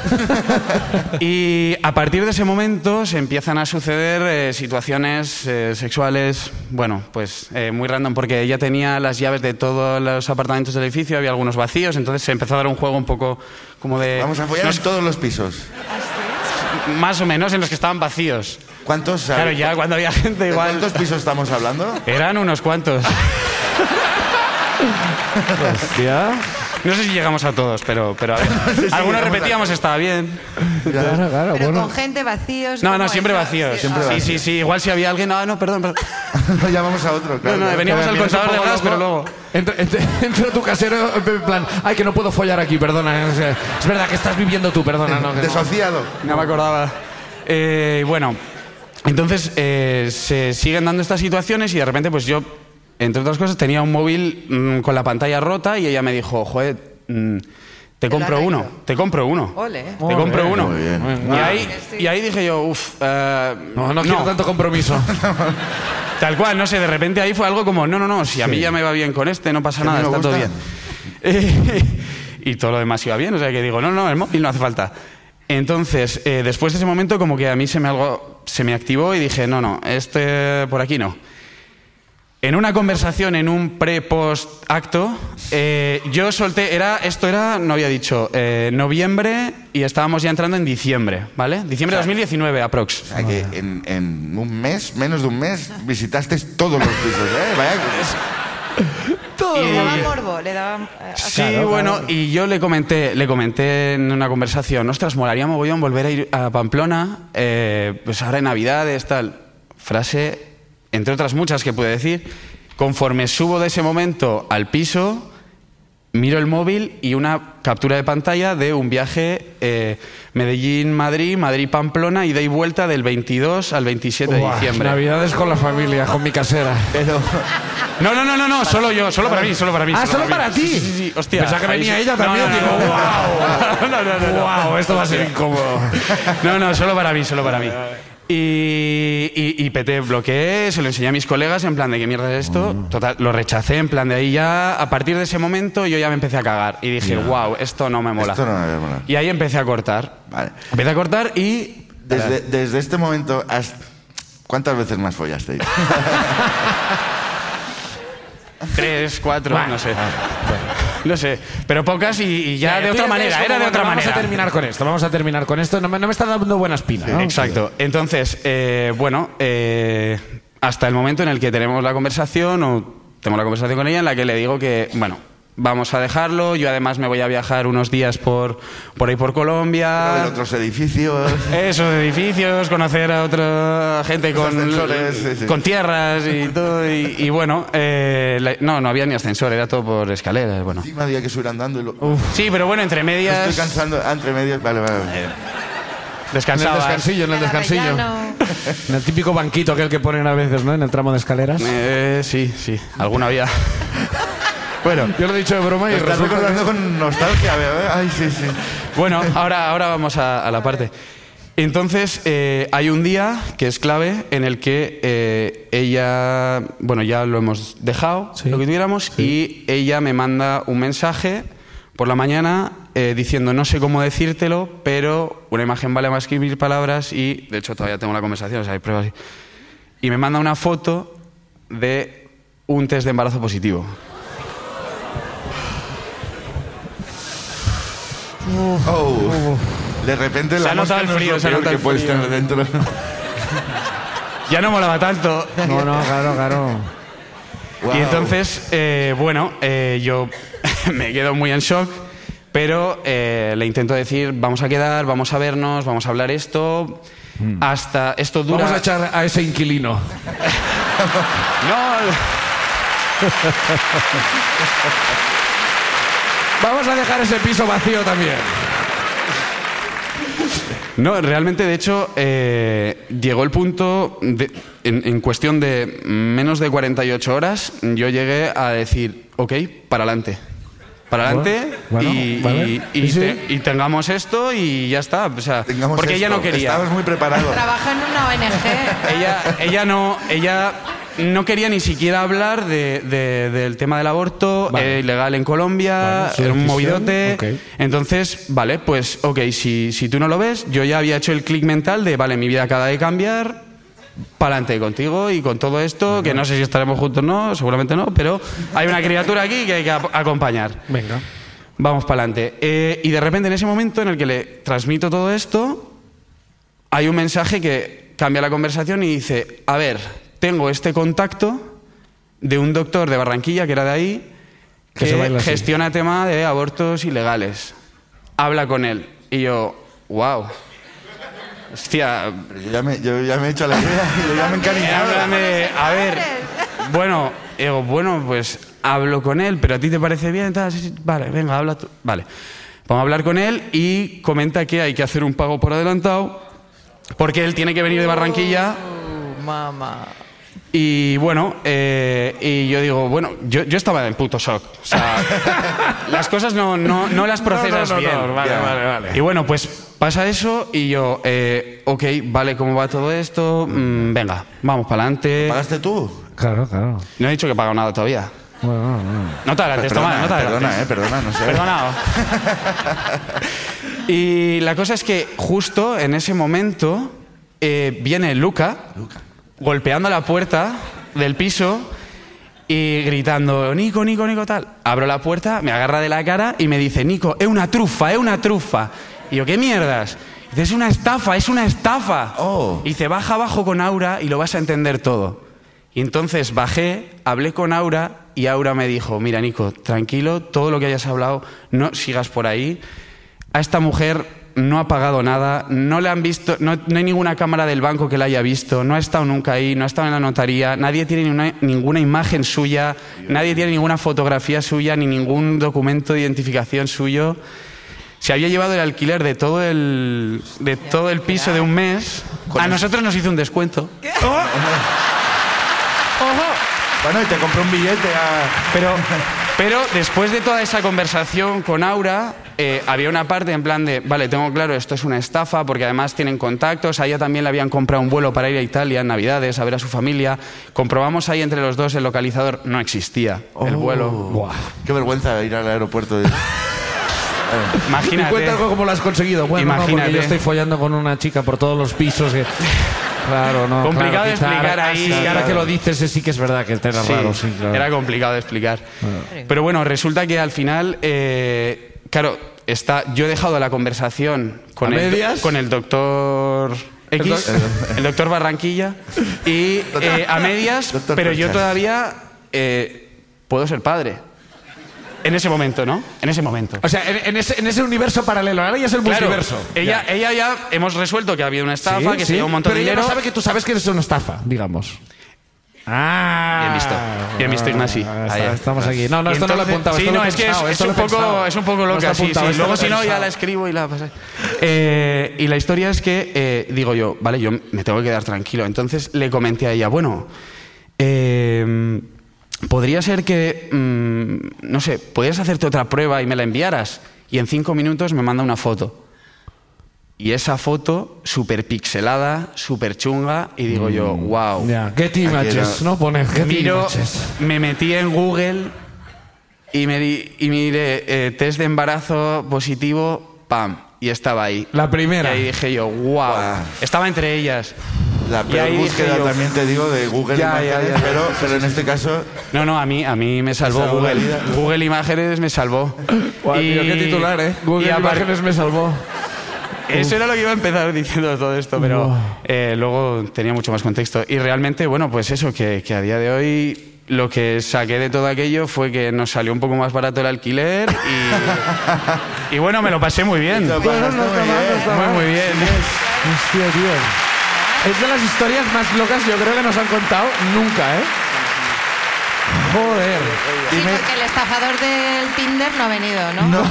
y a partir de ese momento se empiezan a suceder eh, situaciones eh, sexuales, bueno, pues eh, muy random, porque ella tenía las llaves de todos los apartamentos del edificio, había algunos vacíos, entonces se empezó a dar un juego un poco como de.
Vamos a follar
Eh, no
en todos los pisos.
sé, más o menos en los que estaban vacíos.
¿Cuántos?
Claro,
sabes?
ya cuando había gente
¿De
igual.
¿Cuántos pisos estamos hablando?
Eran unos cuantos.
Hostia.
No sé si llegamos a todos, pero, pero a ver.
sé si
Algunos
llegamos a-
repetíamos, estaba bien.
Claro, claro,
Pero
bueno.
con gente vacíos.
No,
¿cómo
no, siempre
es?
vacíos.
Siempre
sí,
vacíos.
sí, sí. Igual si había alguien. No, no, perdón, perdón.
no, ya vamos a otro,
No,
claro.
no, veníamos al contador de gas, pero luego.
Entra, entra- entra tu casero en plan, ay, que no puedo follar aquí, perdona. Es, eh, es verdad que estás viviendo tú, perdona. No, que no.
Desociado.
No me acordaba. Eh, bueno, entonces eh, se siguen dando estas situaciones y de repente, pues yo, entre otras cosas, tenía un móvil mm, con la pantalla rota y ella me dijo, joder, mm, te compro
arreglo.
uno, te compro uno.
Ole. ¿eh?
Te compro uno.
Muy bien.
Y ahí, y ahí dije yo, eh, uff,
No, no quiero tanto compromiso.
Tal cual, no sé, de repente ahí fue algo como, no, no, no, si a mí ya me va bien con este, no pasa
Que a mí
nada,
me
está todo bien.
gusta.
y todo lo demás iba bien, o sea que digo, no, no, el móvil no hace falta. Entonces, eh, después de ese momento, como que a mí se me, algo, se me activó y dije, no, no, este por aquí no. En una conversación, en un pre-post acto, eh, yo solté, era, esto era, no había dicho, eh, noviembre y estábamos ya entrando en diciembre, ¿vale? Diciembre de 2019, aprox.
O sea que en, en un mes, menos de un mes, visitaste todos los pisos, ¿eh? Vaya,
Le daba morbo, le daba... eh,
Sí, bueno, y yo le comenté, le comenté en una conversación, ostras, molaría mogollón volver a ir a Pamplona, eh, pues ahora en Navidades, tal. Frase, entre otras muchas que pude decir, conforme subo de ese momento al piso, miro el móvil y una captura de pantalla de un viaje eh, Medellín-Madrid, Madrid-Pamplona, ida y vuelta del 22 al 27 de
Buah,
diciembre.
Navidades con la familia, con mi casera.
pero
No, no, no, no, no, solo yo, solo para mí, solo para mí.
Ah, solo
mí.
para ti.
Sí, sí, sí, hostia.
Pensaba que
Ahí
venía
sí.
ella
No,
también,
no,
digo,
no, no.
"Guau".
No, no, no, no.
Wow, esto va a ser incómodo.
No, no, solo para mí, solo para mí. Y, y, y peté, bloqueé, se lo enseñé a mis colegas en plan de qué mierda es
Mm.
esto. Total, lo rechacé en plan de ahí ya. A partir de ese momento yo ya me empecé a cagar y dije, wow, esto no me mola.
esto no me había molado.
Y ahí empecé a cortar.
Vale.
Empecé a cortar y.
Desde, desde este momento, hasta- ¿cuántas veces más follasteis?
Ah. Tres, cuatro, no sé.
ah,
No sé, pero pocas y, y ya de otra
Fíjate,
manera,
eso,
era de
bueno,
otra manera.
Vamos a terminar con esto, vamos a terminar con esto. No me, no me está dando buena espina. ¿no?
Exacto. Entonces, eh, bueno, eh, hasta el momento en el que tenemos la conversación o tengo la conversación con ella en la que le digo que, bueno, vamos a dejarlo. Yo además me voy a viajar unos días por, por ahí por
A ver
Colombia.
otros edificios.
Esos edificios, conocer a otra gente
Los
con,
ascensores, sí, sí.
con tierras y todo. Y, y bueno, eh, la- no, no había ni ascensor, era todo por escaleras. Bueno.
Encima había que subir andando y lo...
Sí, pero bueno, entre
Me
medias
Estoy cansando. Ah, entre medias. Vale, vale.
Eh.
vale.
En el
descansabas.
descansillo, en el descansillo.
En el típico banquito aquel que ponen a veces, ¿no? En el tramo de escaleras.
Eh, sí, sí, alguna había.
Bueno,
Yo lo he dicho de broma y
me estás
resulta
recordando con nostalgia. ¿verdad? Ay, sí, sí.
Bueno, ahora, ahora vamos a, a la parte. Entonces, eh, hay un día que es clave en el que eh, ella, bueno, ya lo hemos dejado, lo que tuviéramos, y ella me manda un mensaje por la mañana eh, diciendo, no sé cómo decírtelo, pero una imagen vale más que mil palabras y, de hecho, todavía tengo la conversación, o sea, hay pruebas. Y me manda una foto de un test de embarazo positivo.
Oh. De repente
Se
la
ha notado
mosca
el
no es
frío,
lo
se ha
peor que
notado el
puedes
frío.
tener dentro.
Ya no molaba tanto.
No, no, claro, claro.
Wow.
Y entonces, eh, bueno, eh, yo me quedo muy en shock, pero eh, le intento decir, vamos a quedar, vamos a vernos, vamos a hablar esto,
Hmm.
hasta esto dura...
Vamos a echar a ese inquilino.
No,
Vamos a dejar ese piso vacío también.
no, realmente, de hecho, eh, llegó el punto, de- en, en cuestión de menos de 48 horas, yo llegué a decir, ok, para adelante. Para adelante
Bueno,
y,
vale.
y- y
Sí,
te- y tengamos esto y ya está. O sea,
Tengamos
porque ella
esto.
no quería.
Estabas muy preparado.
Trabaja en una ONG.
ella, ella no ella no quería ni siquiera hablar de- de- del tema del aborto
Vale.
eh, ilegal en Colombia
Bueno, su
era un
decisión,
movidote
ok.
entonces vale pues ok si, si tú no lo ves yo ya había hecho el clic mental de vale mi vida acaba de cambiar pa'lante contigo y con todo esto que no sé si estaremos juntos o no seguramente no pero hay una criatura aquí que hay que ap- acompañar
Venga.
Vamos para adelante. Eh, y de repente, en ese momento en el que le transmito todo esto, hay un mensaje que cambia la conversación y dice: A ver, tengo este contacto de un doctor de Barranquilla, que era de ahí,
Que
que,
se baila así.
gestiona tema de abortos ilegales. Habla con él. Y yo, wow. Hostia,
Yo ya, me, yo ya me he hecho la idea. Yo ya me he encariñado.
Háblame, a ver. Bueno, digo, bueno, pues hablo con él, pero a ti te parece bien, tal, sí, sí, vale, venga, habla tú. Vale. Vamos a hablar con él y comenta que hay que hacer un pago por adelantado porque él tiene que venir de Barranquilla
Uh, mamá.
y bueno, eh, y yo digo, bueno, yo, yo estaba en puto shock. O sea, las cosas no, no, no las procesas
no, no,
bien.
no, vale,
Ya.
vale, vale.
Y bueno, pues pasa eso y yo, eh, ok, vale, ¿cómo va todo esto? Mm, venga, vamos para adelante.
¿Pagaste tú?
Claro, claro.
No he dicho que he pagado nada todavía.
Bueno, bueno.
No te adelantes, Tomás, no te adelantes.
perdona, eh, perdona, no sé.
Perdonado. y la cosa es que justo en ese momento eh, viene Luca, golpeando la puerta del piso y gritando, Nico, Nico, Nico, tal. Abro la puerta, me agarra de la cara y me dice, Nico, es una trufa, es una trufa. Y yo, ¿qué mierdas? Dice, es una estafa, es una estafa.
Oh.
Y dice, baja abajo con Aura y lo vas a entender todo. Y entonces bajé, hablé con Aura y Aura me dijo, mira Nico, tranquilo, todo lo que hayas hablado, no sigas por ahí. A esta mujer no ha pagado nada, no le han visto, no, no hay ninguna cámara del banco que la haya visto, no ha estado nunca ahí, no ha estado en la notaría, nadie tiene ni una- ninguna imagen suya, nadie tiene ninguna fotografía suya, ni ningún documento de identificación suyo. Se había llevado el alquiler de todo el, de todo el piso de un mes. A nosotros nos hizo un descuento.
Bueno, y te compré un billete a...
Pero, pero después de toda esa conversación con Aura, eh, había una parte en plan de, vale, tengo claro, esto es una estafa, porque además tienen contactos, a ella también le habían comprado un vuelo para ir a Italia en Navidades, a ver a su familia. Comprobamos ahí entre los dos el localizador, no existía el vuelo.
Buah.
Qué vergüenza ir al aeropuerto. de-
Y cuenta
Imagínate.
algo como lo has conseguido. Bueno, no, porque
Imagínate.
yo estoy-
follando con una chica por todos los pisos. que- Claro, no.
Complicado
claro,
de
quizá
explicar
ahora-
ahí,
sí, ahora
claro.
que lo dices, eh, sí que es verdad que era
Sí,
raro. Sí, claro.
Era complicado de explicar. Pero bueno, resulta que al final, eh, claro, está, yo he dejado la conversación con,
¿A
el,
medias?
con el doctor X,
El doc-
el doctor Barranquilla, y eh, a medias,
Doctor
pero yo
Conchas.
todavía eh, puedo ser padre. en ese momento, ¿no? En ese momento.
O sea, en, en ese, en ese universo paralelo, ahora ya es el
Claro,
multiverso.
Ella, ella ya hemos resuelto que ha habido una
Sí,
estafa, que
sí.
se lleva un montón
Pero
de
ella no
dinero.
sabe que tú sabes que es una estafa, digamos. Ah.
Bien visto. Bien visto, Ignasi.
Ah,
Ahí
está-
es.
estamos aquí. No, no,
Y
esto no lo he
entonces-
apuntado.
Sí,
esto lo
no,
he
es que es,
pensado,
es
esto lo
un
he pensado.
poco, es un poco
No
loca.
está
sí,
apuntado,
sí.
esto
Luego,
lo he
si no, ya
pensado.
la escribo y la pasáis. Eh, y la historia es que eh, digo yo, vale, yo me tengo que quedar tranquilo. Entonces le comenté a ella, bueno, eh, podría ser que, mm, no sé, podrías hacerte otra prueba y me la enviaras. Y en cinco minutos me manda una foto. Y esa foto súper pixelada, súper chunga, y digo yo, wow.
Ya, Get images,
era-
no pones get
Miro,
images.
me metí en Google y, me di- y miré eh, test de embarazo positivo, pam, y estaba ahí.
La primera.
Y ahí dije yo, wow.
Guau.
Estaba entre ellas.
La
Y ahí
peor búsqueda
dije yo,
también te digo de Google
Ya, ya,
Imágenes,
ya, ya.
pero, pero en este caso
No, no, a mí, a mí me salvó
salvó la
Google.
vida.
Google Imágenes me salvó.
Guau, tío, qué titular, ¿eh? Google
y a par-
Imágenes me salvó.
Eso era lo que iba a empezar diciendo todo esto, pero
Wow.
eh, luego tenía mucho más contexto. Y realmente, bueno, pues eso, que, que a día de hoy lo que saqué de todo aquello fue que nos salió un poco más barato el alquiler y, y bueno, me lo pasé muy bien.
Lo
Muy,
pasaste muy bien.
muy bien.
Hostia, tío. Es de las historias más locas yo creo que nos han contado nunca, ¿eh? Joder.
Sí, porque el estafador del Tinder no ha venido, ¿no?
No,
Pues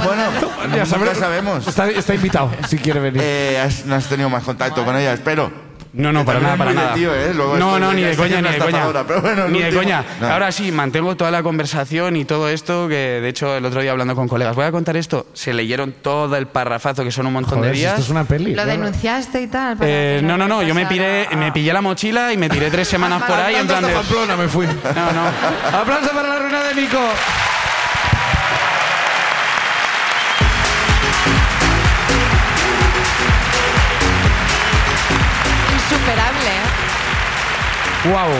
bueno, ya
sabremos.
sabemos.
Está, está invitado, si quiere venir.
Eh, has- no has tenido más contacto con ella, espero.
No, no,
Que
para nada,
también
para
es muy de tío,
nada.
¿eh? Luego
no,
esto
no, ni
llega
de
a ser
coña, ni
una
de coña.
estafadora, pero bueno, el
ni de
último-
coña.
No.
Ahora sí, mantengo toda la conversación y todo esto, que de hecho el otro día hablando con colegas, voy a contar esto, se leyeron todo el parrafazo, que son un montón
Joder,
de
si
días.
esto es una peli.
Lo
claro.
denunciaste y tal. para
Eh,
que
no, no, no, yo me,
pasara.
piré, me pillé la mochila y me tiré tres semanas por ahí en plan de...
Pamplona me fui.
No, no.
¡Aplauso para la ruina de Nico!
Insuperable. ¿eh?
¡Wow!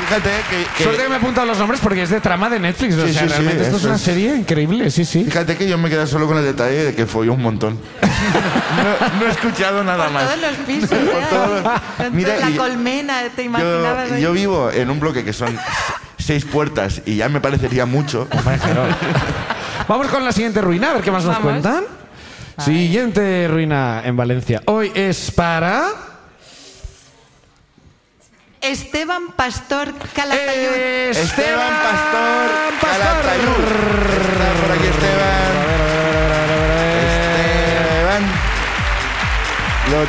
Fíjate que, que-
Suerte que me he apuntado los nombres porque es de trama de Netflix. o
Sí,
sea,
sí, sí,
realmente esto es
eso
una
es.
serie increíble, sí, sí.
fíjate que yo me quedé solo con el detalle de que folló un montón. no, no he escuchado nada
Por
más.
todos los pisos. ¿eh?
todos los- Mira,
la
y-
colmena, te imaginabas.
Yo,
ahí?
yo vivo en un bloque que son seis puertas y ya me parecería mucho.
Vamos con la siguiente ruina, a ver qué más nos
Vamos.
cuentan. Siguiente ruina en Valencia. Hoy es para.
Esteban Pastor Calatayud.
Esteban Pastor Calatayud. Está por
A
aquí Esteban. Este.
ver, a ver,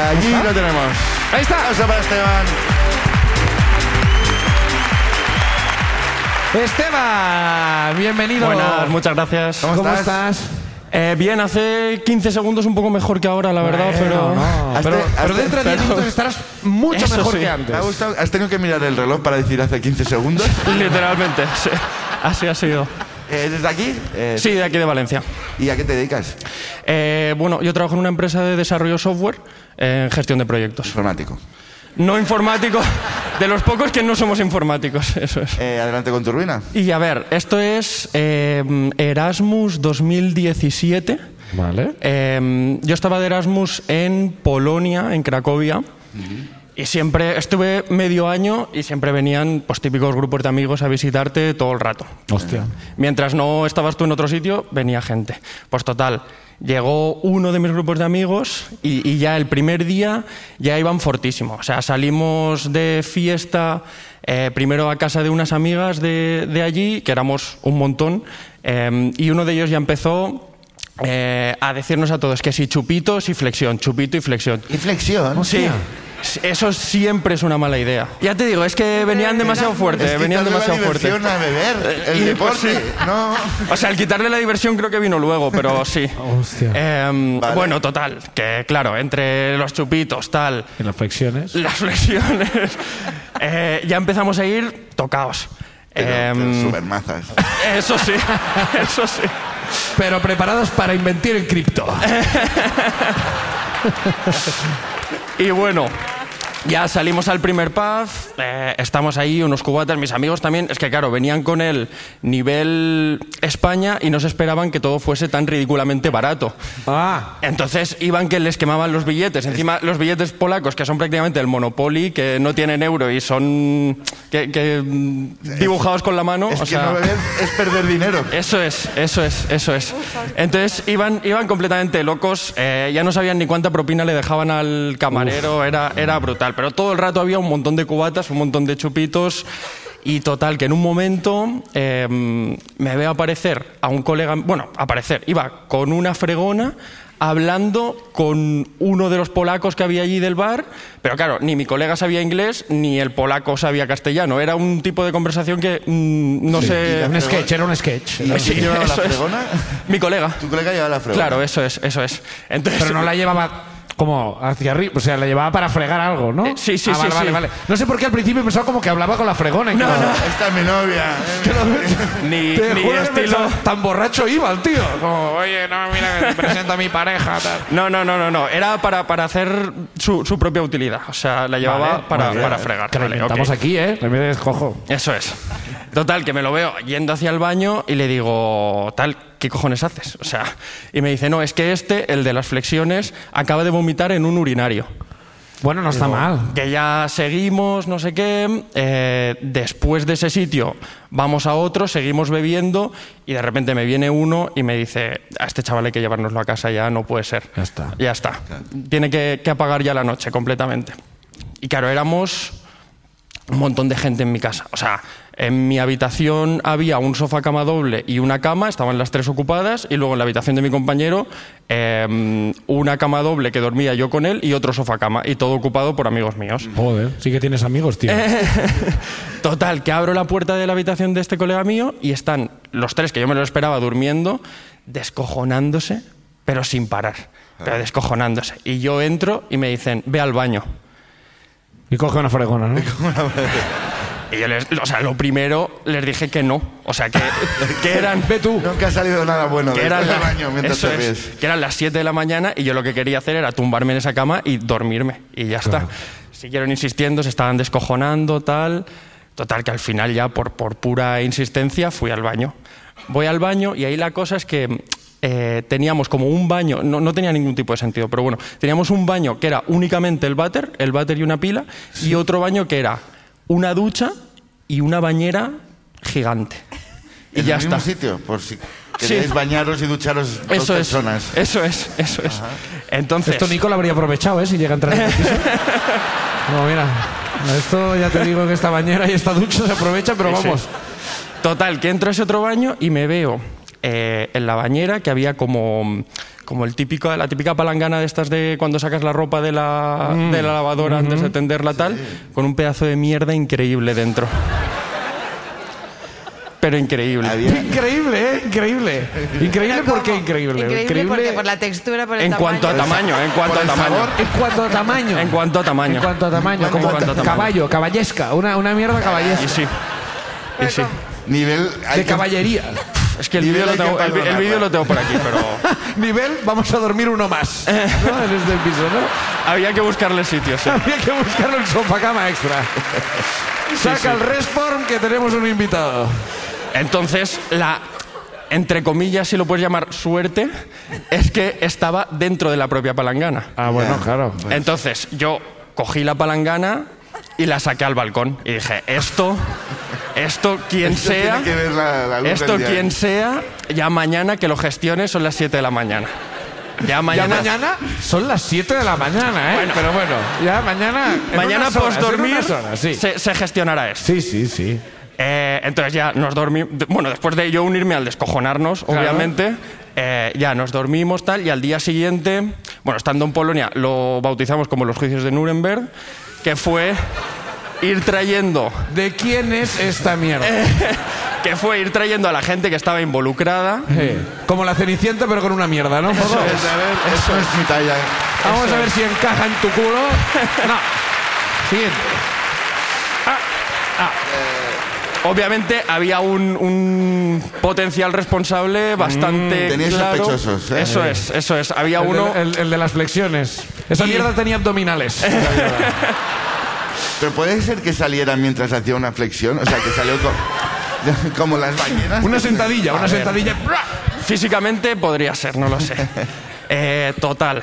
a ver, a ver, a ver, a ver.
Esteban. Eh, Lo tenemos. Allí lo tenemos.
Ahí está.
Aplauso para Esteban.
Esteban, bienvenido.
Buenas, Pues muchas gracias.
¿Cómo,
¿Cómo
estás?
estás?
Eh, bien, hace 15 segundos un poco mejor que ahora, la verdad,
Bueno,
pero...
no, pero,
Hazte-
pero
hazte-
dentro de 10
pero-
minutos estarás mucho
Eso
mejor
sí.
que
¿Te ha
antes.
gustado? ¿Has tenido que mirar el reloj para decir hace 15 segundos?
Literalmente, sí. así ha sido.
Eh, ¿Desde aquí? Eh,
Sí, de aquí de Valencia.
¿Y a qué te dedicas?
Eh, bueno, yo trabajo en una empresa de desarrollo software eh, en gestión de proyectos.
Informático.
No informático, de los pocos que no somos informáticos, eso es.
Eh, adelante con tu ruina.
Y a ver, esto es eh, Erasmus 2017.
Vale.
Eh, yo estaba de Erasmus en Polonia, en Cracovia. Y siempre estuve medio año y siempre venían pues, típicos grupos de amigos a visitarte todo el rato.
Hostia.
Mientras no estabas tú en otro sitio, venía gente. Pues total, llegó uno de mis grupos de amigos y, y ya el primer día ya iban fortísimo. O sea, salimos de fiesta eh, primero a casa de unas amigas de, de allí, que éramos un montón, eh, y uno de ellos ya empezó... eh, a decirnos a todos que si chupitos y flexión, chupito y flexión.
¿Y flexión?
Sí, eso siempre es una mala idea. Ya te digo, es que venían demasiado fuerte,
Es
venían
quitarle la
demasiado fuerte.
diversión a beber, el deporte, ¿no?
O sea, el quitarle la diversión creo que vino luego, pero sí.
Hostia.
Em,
Vale.
Bueno, total, que claro, entre los chupitos, tal,
En las flexiones.
las flexiones, eh, ya empezamos a ir tocaos.
Pero- pero
Em,
Supermazas.
eso sí, eso sí.
Pero preparados para invertir en cripto.
Y bueno, Ya salimos al primer pub, eh, estamos ahí unos cubatas, mis amigos también, es que claro, venían con el nivel España y no se esperaban que todo fuese tan ridículamente barato.
Ah,
Entonces iban que les quemaban los billetes. Encima, los billetes polacos, que son prácticamente el Monopoly, que no tienen euro y son que, que, mm, dibujados con la mano.
Es
o
que
sea,
no beber es perder dinero.
eso es, eso es, eso es. Entonces iban, iban completamente locos, eh, ya no sabían ni cuánta propina le dejaban al camarero, era, era brutal. Pero todo el rato había un montón de cubatas, un montón de chupitos. Y total, que en un momento eh, me veo aparecer a un colega, bueno, aparecer, iba con una fregona hablando con uno de los polacos que había allí del bar, pero claro, ni mi colega sabía inglés, ni el polaco sabía castellano. Era un tipo de conversación que mm, no sé...
un sketch, era un sketch.
¿Y
sí,
quién llevaba la
eso es.
fregona?
Mi colega.
Tu colega llevaba la fregona.
Claro, eh. eso es, eso es. Entonces,
Pero no la llevaba como hacia arriba, o sea, la llevaba para fregar algo, ¿no?
Eh, sí, sí,
Ah,
sí,
Vale,
sí.
vale, vale. No sé por qué al principio pensaba como que hablaba con la fregona. Y
No,
como-
no.
Esta es mi novia. eh.
ni,
Te
ni
juro que
estilo.
pensaba, tan borracho iba el tío. Como, oye, no, mira, que te presento a mi pareja. Tal.
No, no, no, no, no. Era para, para hacer su, su propia utilidad. O sea, la llevaba
Vale,
para,
vale.
para fregar.
Que lo
Vale,
inventamos
ok.
aquí, ¿eh? Remedio de cojo.
Eso es. Total, que me lo veo yendo hacia el baño y le digo, tal, ¿qué cojones haces? O sea, y me dice, no, es que este, el de las flexiones, acaba de vomitar en un urinario.
Bueno, no está mal.
Que ya seguimos, no sé qué. eh, después de ese sitio vamos a otro, seguimos bebiendo y de repente me viene uno y me dice, a este chaval hay que llevárnoslo a casa ya, no puede ser.
Ya está.
Ya está. Tiene que, que apagar ya la noche completamente. Y claro, éramos un montón de gente en mi casa. O sea, en mi habitación había un sofá cama doble y una cama, estaban las tres ocupadas, y luego en la habitación de mi compañero eh, una cama doble que dormía yo con él y otro sofá cama, y todo ocupado por amigos míos.
Joder, sí que tienes amigos, tío.
Total, que abro la puerta de la habitación de este colega mío y están los tres, que yo me lo esperaba durmiendo, descojonándose, pero sin parar, pero descojonándose. Y yo entro y me dicen, ve al baño.
Y coge una fregona, ¿no?
Y yo les, o sea, lo primero les dije que no. O sea, que, que eran. Ve tú.
Nunca ha salido nada bueno
Que
del
eran, la-
baño mientras
eso
te
es,
ríes.
que eran las 7 de la mañana y yo lo que quería hacer era tumbarme en esa cama y dormirme. Y ya está. Siguieron insistiendo, se estaban descojonando, tal. Total, que al final ya por, por pura insistencia fui al baño. Voy al baño y ahí la cosa es que eh, teníamos como un baño, no, no tenía ningún tipo de sentido, pero bueno, teníamos un baño que era únicamente el váter, el váter y una pila, y otro baño que era una ducha y una bañera gigante. Y
¿En
ya
el mismo
está.
sitio? Por si queréis
Sí.
bañaros y ducharos dos
Eso es, Eh,
personas.
eso es, eso es. Entonces,
Esto Nico lo habría aprovechado, ¿eh? Si llega a entrar en el piso. No, mira. Esto ya te digo que esta bañera y esta ducha se aprovecha, pero
Sí, sí.
vamos.
total, que entro a ese otro baño y me veo eh, en la bañera que había como, como el típico, la típica palangana de estas de cuando sacas la ropa de la, de la lavadora antes de tenderla tal, con un pedazo de mierda increíble dentro. Pero increíble.
Había-
Increíble, ¿eh? Increíble. Increíble porque increíble.
Increíble, porque por la textura, por el
En
tamaño.
cuanto a tamaño, eh, en cuanto
Por
a
el
tamaño.
sabor.
En cuanto a tamaño.
En cuanto a tamaño.
En cuanto a tamaño,
En
como
cuanto a
tamaño.
caballo, caballesca, una, una mierda
Y
caballesca.
sí. Y sí.
Nivel... hay
De
que-
caballería.
Es que el
Nivel
vídeo lo
hay que
tengo- el vi- el
perdonarlo.
vídeo lo tengo por aquí, pero...
Nivel, vamos a dormir uno más. ¿No? En este piso, ¿no?
Había que buscarle sitios.
Habría que buscarle un sofá cama extra. Saca el Resform que tenemos un invitado.
Entonces, la, entre comillas, si lo puedes llamar suerte, es que estaba dentro de la propia palangana.
Ah, bueno, claro.
Entonces, yo cogí la palangana y la saqué al balcón. Y dije, esto, esto quien
Esto tiene
sea,
que ver la- la luz del
esto
día.
quien sea, ya mañana que lo gestiones son las 7 de la mañana. Ya
Ya
mañana.
mañana son las 7 de la mañana, ¿eh?
Bueno.
Pero bueno, ya mañana. en
Mañana
unas horas,
post dormir
en unas horas, sí.
se, se gestionará esto.
sí, sí, sí.
Eh, entonces ya nos dormimos. Bueno, después de yo unirme al descojonarnos,
Claro.
obviamente, eh, ya nos dormimos tal. Y al día siguiente, bueno, estando en Polonia, lo bautizamos como los juicios de Nuremberg, que fue ir trayendo.
¿De quién es esta mierda?
que fue ir trayendo a la gente que estaba involucrada.
Sí. Como la cenicienta, pero con una mierda, ¿no? Poco.
Pues, a ver, eso es mi talla.
Vamos a ver si encaja en tu culo. No. Siguiente.
Obviamente había un, un potencial responsable bastante.
Mm, teníais
claro.
sospechosos, ¿eh?
Eso es, eso es. Había
El de-
uno.
el, el de las flexiones. Esa
Y-
mierda tenía abdominales.
Pero puede ser que saliera mientras hacía una flexión, o sea, que salió co- como las ballenas.
Una sentadilla, una
ver.
sentadilla.
Físicamente podría ser, no lo sé. Eh, total,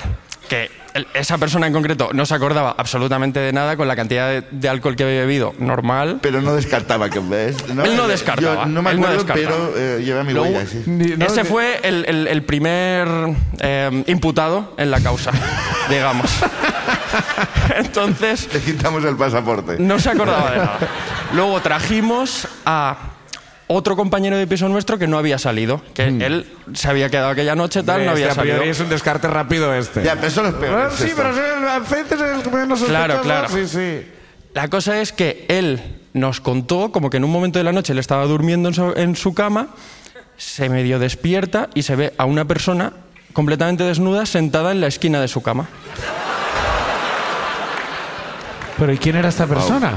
que el- esa persona en concreto no se acordaba absolutamente de nada con la cantidad de, de alcohol que había bebido, normal.
Pero no descartaba que ves.
Él no descartaba,
Yo no me
él no
acuerdo,
descartaba.
pero eh, lleva mi
Lo
huella,
u-
sí.
Ni- no,
Ese
que-
fue el, el- el primer eh, imputado en la causa, digamos. Entonces,
Le quitamos el pasaporte.
No se acordaba de nada. Luego trajimos a otro compañero de piso nuestro que no había salido. Que él se había quedado aquella noche, tal, no había
Mm. Este, a priori
salido.
es un descarte rápido este.
Ya, pero son los
Ah,
peores.
sí,
estos.
pero es el, a veces es el que menos
Claro,
sospechoso.
claro.
Sí, sí.
La cosa es que él nos contó como que en un momento de la noche él estaba durmiendo en su, en su cama, se medio despierta y se ve a una persona completamente desnuda sentada en la esquina de su cama.
Pero ¿y quién era esta persona?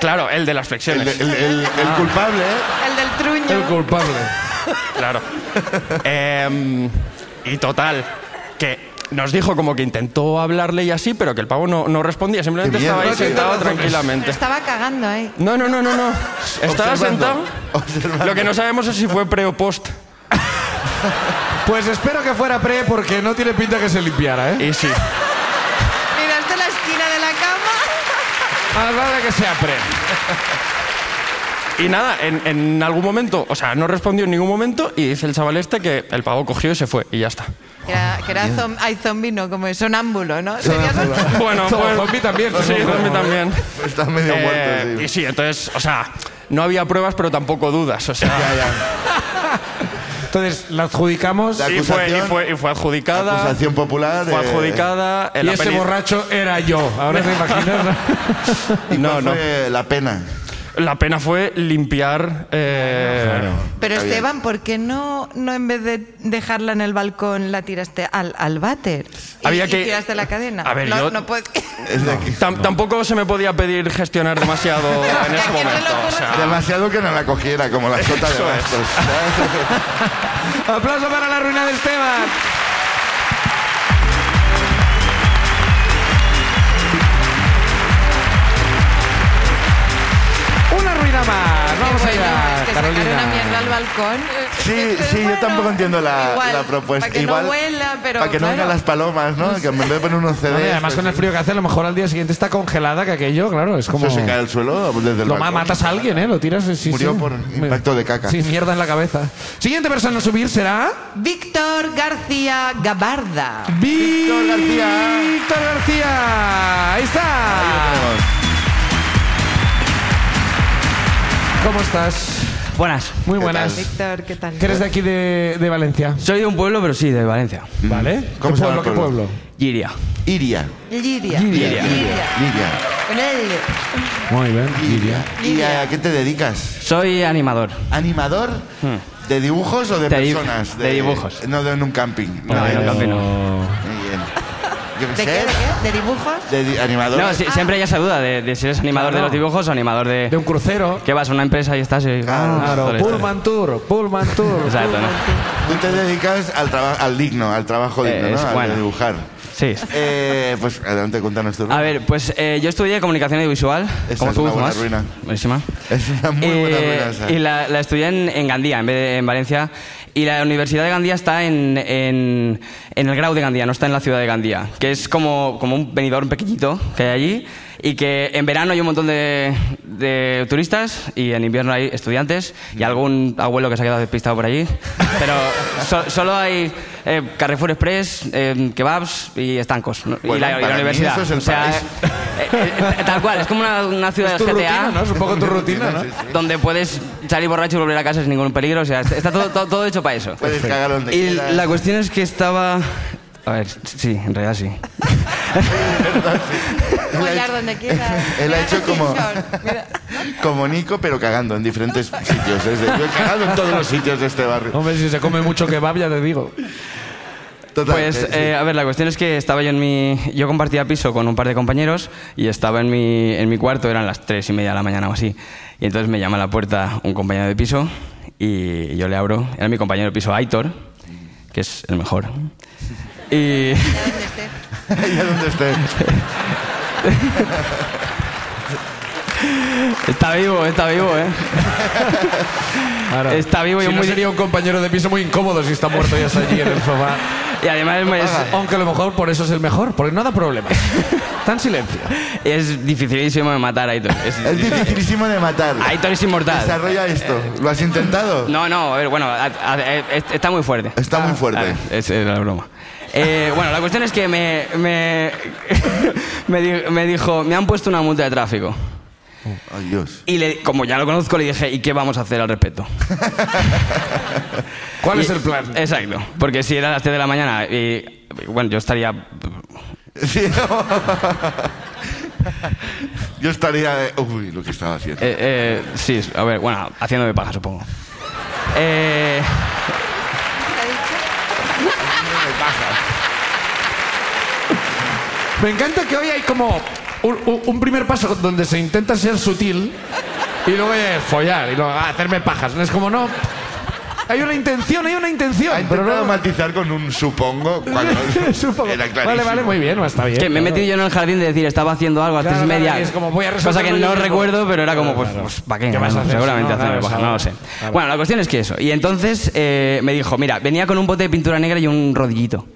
Claro, el de las
El,
flexiones.
el- el- el
Ah.
culpable, ¿eh?
El del truño.
El culpable.
Claro. Em, y total, que nos dijo como que intentó hablarle y así, pero que el pavo no, no respondía, simplemente
Qué miedo,
estaba ahí
tío.
sentado
Tienes razones.
tranquilamente.
Estaba cagando ahí.
No, no, no, no, no. Estaba
Observando,
sentado.
observando.
Lo que no sabemos es si fue pre o post.
Pues espero que fuera pre porque no tiene pinta que se limpiara, ¿eh?
Y sí.
Miraste la esquina de la cama.
Más vale que sea pre.
Y nada, en, en algún momento, o sea, no respondió en ningún momento y dice el chaval este que el pavo cogió y se fue y ya está.
Que era, que era zom- ay, zombi, no, como es sonámbulo, ¿no? Sería son-
Bueno, pues...
Zombie también,
Sí,
supongo.
zombie también.
Está medio
Eh,
muerto, sí.
y sí, entonces, o sea, no había pruebas, pero tampoco dudas, o sea...
Ya, ya.
Entonces, la adjudicamos
La
Y fue, y
acusación,
fue- y fue adjudicada.
acusación popular.
Fue
eh,
adjudicada. en
y
la
ese
peni-
borracho era yo. Ahora te imaginas.
¿Y
No,
cuál
no.
fue la pena?
La pena fue limpiar. eh,
Pero
Está bien.
Esteban, ¿por qué no, no en vez de dejarla en el balcón la tiraste al, al váter? Y-
Había
y
que-
tiraste la cadena.
A ver,
no,
yo-
no puede-
Es de aquí.
tam- Tampoco se me podía pedir gestionar demasiado en
¿A
ese
quién se le
momento.
ocurre?
o sea,
Demasiado que no la cogiera, como la sota de
Ah. Eso es.
bastos.
Aplauso para la ruina de Esteban. Una ruina más. Vamos
Bueno,
allá,
es que sacar una mierda
Carolina.
al balcón. eh,
Sí,
es-
sí, yo
bueno,
tampoco entiendo la,
igual,
la propuesta.
Para que
Igual,
no huela, pero.
Para que no
claro.
vengan las palomas, ¿no? Que en vez de poner unos CDs.
No, y además
pues,
con el frío que hace, a lo mejor al día siguiente está congelada, que aquello, claro, es como...
Eso se cae al suelo pues, desde el
Lo ma-
balcón.
matas a alguien, ¿eh? Lo tiras... sí, sí,
Murió
sí.
por impacto de caca.
Sí, mierda en la cabeza. Siguiente persona a subir será...
Víctor García Gabarda.
Víctor
García.
Víctor García. Ahí está. ¿Cómo estás?
Buenas.
Muy
¿Qué
buenas.
tal?
Víctor, ¿qué tal?
Que eres de aquí de, de Valencia.
Soy de un pueblo, pero sí, de Valencia.
¿Vale?
Mm. ¿Cómo
¿Qué
se llama
pueblo?
el
¿Qué
pueblo?
pueblo?
Iria.
Iria.
Lidia.
Iria. Iria.
Con él.
Muy bien.
Iria. ¿Y a qué te dedicas?
Soy animador.
¿Animador? ¿De dibujos o de,
De di-
personas?
de dibujos.
No, de en un camping. No,
en un
de-
camping no.
Muy bien. Yo qué
¿De qué?
sé.
¿De qué? ¿De dibujos?
De di- animador.
No, sí, siempre hay esa duda de, de si eres animador
Claro.
de los dibujos o animador de...
De un crucero.
¿Qué vas a una empresa y estás... y-
Claro.
Ah,
Claro,
toda la historia.
Pullman Tour, Pullman Tour.
Exacto, ¿no?
Tú te dedicas al, traba- al digno, al trabajo digno,
Eh,
¿no?
es
Al
bueno.
de dibujar.
Sí.
Eh, pues adelante, cuéntanos tu
A ver, pues eh, yo estudié comunicación audiovisual.
Esa
como
es
tú,
una buena
Tomás.
ruina.
Buenísima.
Es una muy buena
Eh,
ruina esa.
Y la, la estudié en, en Gandía, en vez de en Valencia. Y la Universidad de Gandía está en, en, en el grau de Gandía, no está en la ciudad de Gandía, que es como, como un venidor pequeñito que hay allí. Y que en verano hay un montón de, de turistas y en invierno hay estudiantes y algún abuelo que se ha quedado despistado por allí. Pero so- solo hay eh, Carrefour Express, eh, kebabs y estancos. ¿no? y
Bueno,
la, y la
para mí
universidad.
eso es el
o sea,
paraíso.
eh, eh, tal cual, es como una, una ciudad
Es tu
de GTA
rutina, ¿no? Es un poco tu rutina, ¿no?
Sí, sí.
donde puedes salir borracho y volver a casa sin ningún peligro. O sea, está está todo, todo, todo hecho para eso.
Puedes cagar donde
Y
quieras.
la cuestión es que estaba... A ver, sí, en realidad sí.
Él ha
Follar
hecho-
donde quieras.
Él ha hecho como,
Mira.
como Nico, pero cagando en diferentes sitios. Es de- yo he cagado en todos los sitios de este barrio.
Hombre, si se come mucho kebab, ya te digo.
Total,
Pues,
eh, sí.
eh, a ver, la cuestión es que estaba yo en mi... Yo compartía piso con un par de compañeros y estaba en mi, en mi cuarto, eran las tres y media de la mañana o así. Y entonces me llama a la puerta un compañero de piso y yo le abro. Era mi compañero de piso, Aitor, que es el mejor. Y...
¿Dónde esté?
Allá donde esté.
Está vivo, está vivo, ¿eh?
Claro.
Está vivo y
Si
es
no
muy...
sería un compañero de piso muy incómodo si está muerto y está allí en el sofá.
Y además es, muy- es-
Aunque a lo mejor por eso es el mejor, porque no da problemas. Está en silencio.
es dificilísimo de matar a Aitor. Es-
Es dificilísimo de matar.
Aitor es inmortal.
Desarrolla esto. ¿Lo has intentado?
No, no, a ver, bueno, a- a- eh, es- está muy fuerte.
Está muy fuerte.
Ah, es, es la broma. Eh, bueno, la cuestión es que me, me, me, di- me dijo, me han puesto una multa de tráfico.
Ay, Dios.
Y le- como ya lo conozco, le dije, ¿y qué vamos a hacer al respecto?
¿Cuál
Y-
es el plan?
eh,
Exacto, porque si era a las 3 de la mañana y, bueno, yo estaría...
Sí. Yo estaría. eh, Uy, lo que estaba haciendo.
eh, eh, sí, a ver, bueno, haciéndome paja, supongo. Eh,
Me encanta que hoy hay como un, un- un primer paso donde se intenta ser sutil y luego es follar y luego ah, hacerme pajas. No es como no. Hay una intención, hay una intención.
Ha
pero
intentado
no.
matizar con un supongo cuando
Supongo.
era clarísimo.
Vale, vale, muy bien, no, está bien.
que me he metido yo en el jardín de decir, estaba haciendo algo a las
Eh, Claro,
3 y
claro,
media.
y es como, voy a
cosa que
resolverlo yo
no
mismo.
recuerdo, pero era como,
Claro,
pues,
claro.
pues ¿para qué?
¿Qué vas a
No,
hacer?
Seguramente
No, claro,
hacerme paja,
claro.
no lo sé.
Claro.
Bueno, la cuestión es que eso. Y entonces eh, me dijo, mira, venía con un bote de pintura negra y un rodillito.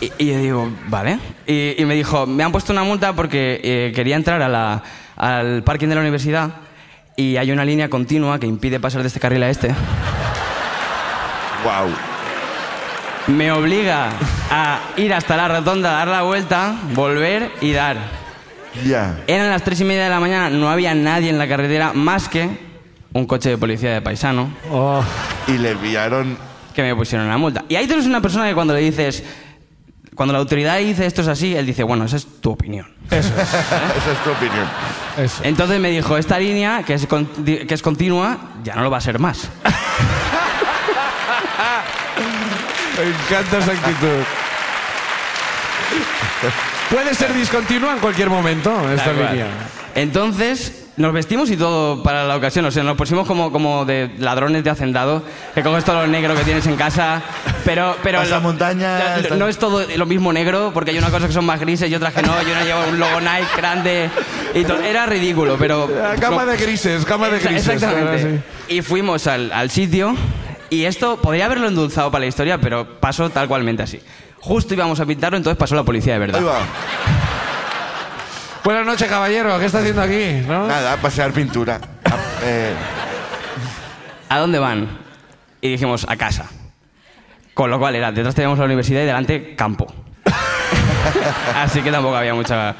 Y, y yo digo, vale. Y, y me dijo, me han puesto una multa porque eh, quería entrar a la- al parking de la universidad y hay una línea continua que impide pasar de este carril a este.
Wow.
Me obliga a ir hasta la rotonda, dar la vuelta, volver y dar.
Ya.
Eran las tres y media de la mañana, no había nadie en la carretera más que un coche de policía de paisano
Y le pillaron.
que me pusieron la multa. Y ahí es una persona que cuando le dices, cuando la autoridad dice esto es así, él dice, bueno, esa es tu opinión.
Esa es tu opinión.
Entonces me dijo, esta línea, que es, con- que es continua, ya no lo va a ser más.
Me encanta esa actitud. Puede ser discontinua en cualquier momento esta
Tal cual.
línea.
Entonces, nos vestimos y todo para la ocasión. O sea, nos pusimos como, como de ladrones de hacendado, que coges todo lo negro que tienes en casa, pero... pero
Pasa
lo-
montaña,
la-
está-
no es todo lo mismo negro, porque hay unas cosas que son más grises y otras que no. Yo no llevo un logo Nike grande. Y to- Era ridículo, pero...
Eh, Cama
no-
de grises, cama de
Exa-
grises.
Exactamente.
ahora
Y fuimos al, al sitio y esto podría haberlo endulzado para la historia, pero pasó tal cualmente así. Justo íbamos a pintarlo, entonces pasó la policía de verdad.
Ahí va.
sí. Buenas noches, caballero. ¿Qué está haciendo aquí? ¿No?
Nada, a pasear pintura. A- eh,
¿A dónde van? Y dijimos, a casa. Con lo cual era, detrás teníamos la universidad y delante campo. Así que tampoco había mucha...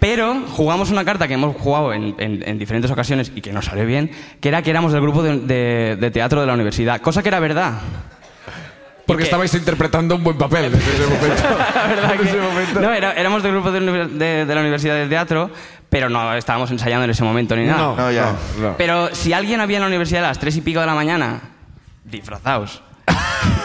Pero jugamos una carta que hemos jugado en, en- en diferentes ocasiones y que nos salió bien, que era que éramos del grupo de, de- de teatro de la universidad, cosa que era verdad.
Porque
¿Y qué?
estabais interpretando un buen papel desde ese momento.
La verdad
En
que-
ese momento.
No, era- éramos del grupo de, univer- de- de la universidad de teatro, pero no estábamos ensayando en ese momento ni nada.
no, ya.
Pero si alguien había en la universidad a las tres y pico de la mañana, disfrazados.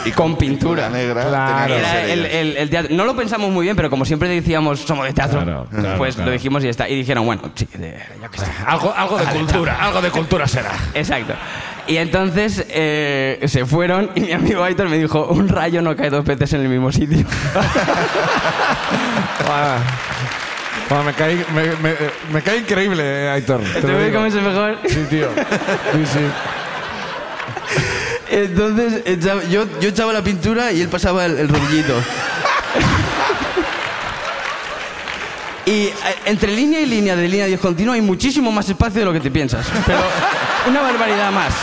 y con pintura.
Pintura negra.
Claro.
tenía que
Era
ser
el,
ellos.
el- el teatro. No lo pensamos muy bien, pero como siempre decíamos, somos de teatro,
Claro, claro,
pues
claro.
lo dijimos y ya está. Y dijeron, bueno, sí, de- yo qué sé.
Algo, algo de cultura, algo de cultura será.
Exacto. Y entonces eh, se fueron y mi amigo Aitor me dijo, un rayo no cae dos veces en el mismo sitio.
Guau. Guau, me, cae, me, me- me cae increíble, eh, Aitor. te lo
Estuve
digo.
como ese mejor.
Sí, tío. Sí, sí.
Entonces echa- yo, yo echaba la pintura y él pasaba el, el rodillito. y eh, entre línea y línea de línea discontinua hay muchísimo más espacio de lo que te piensas. Pero una barbaridad más.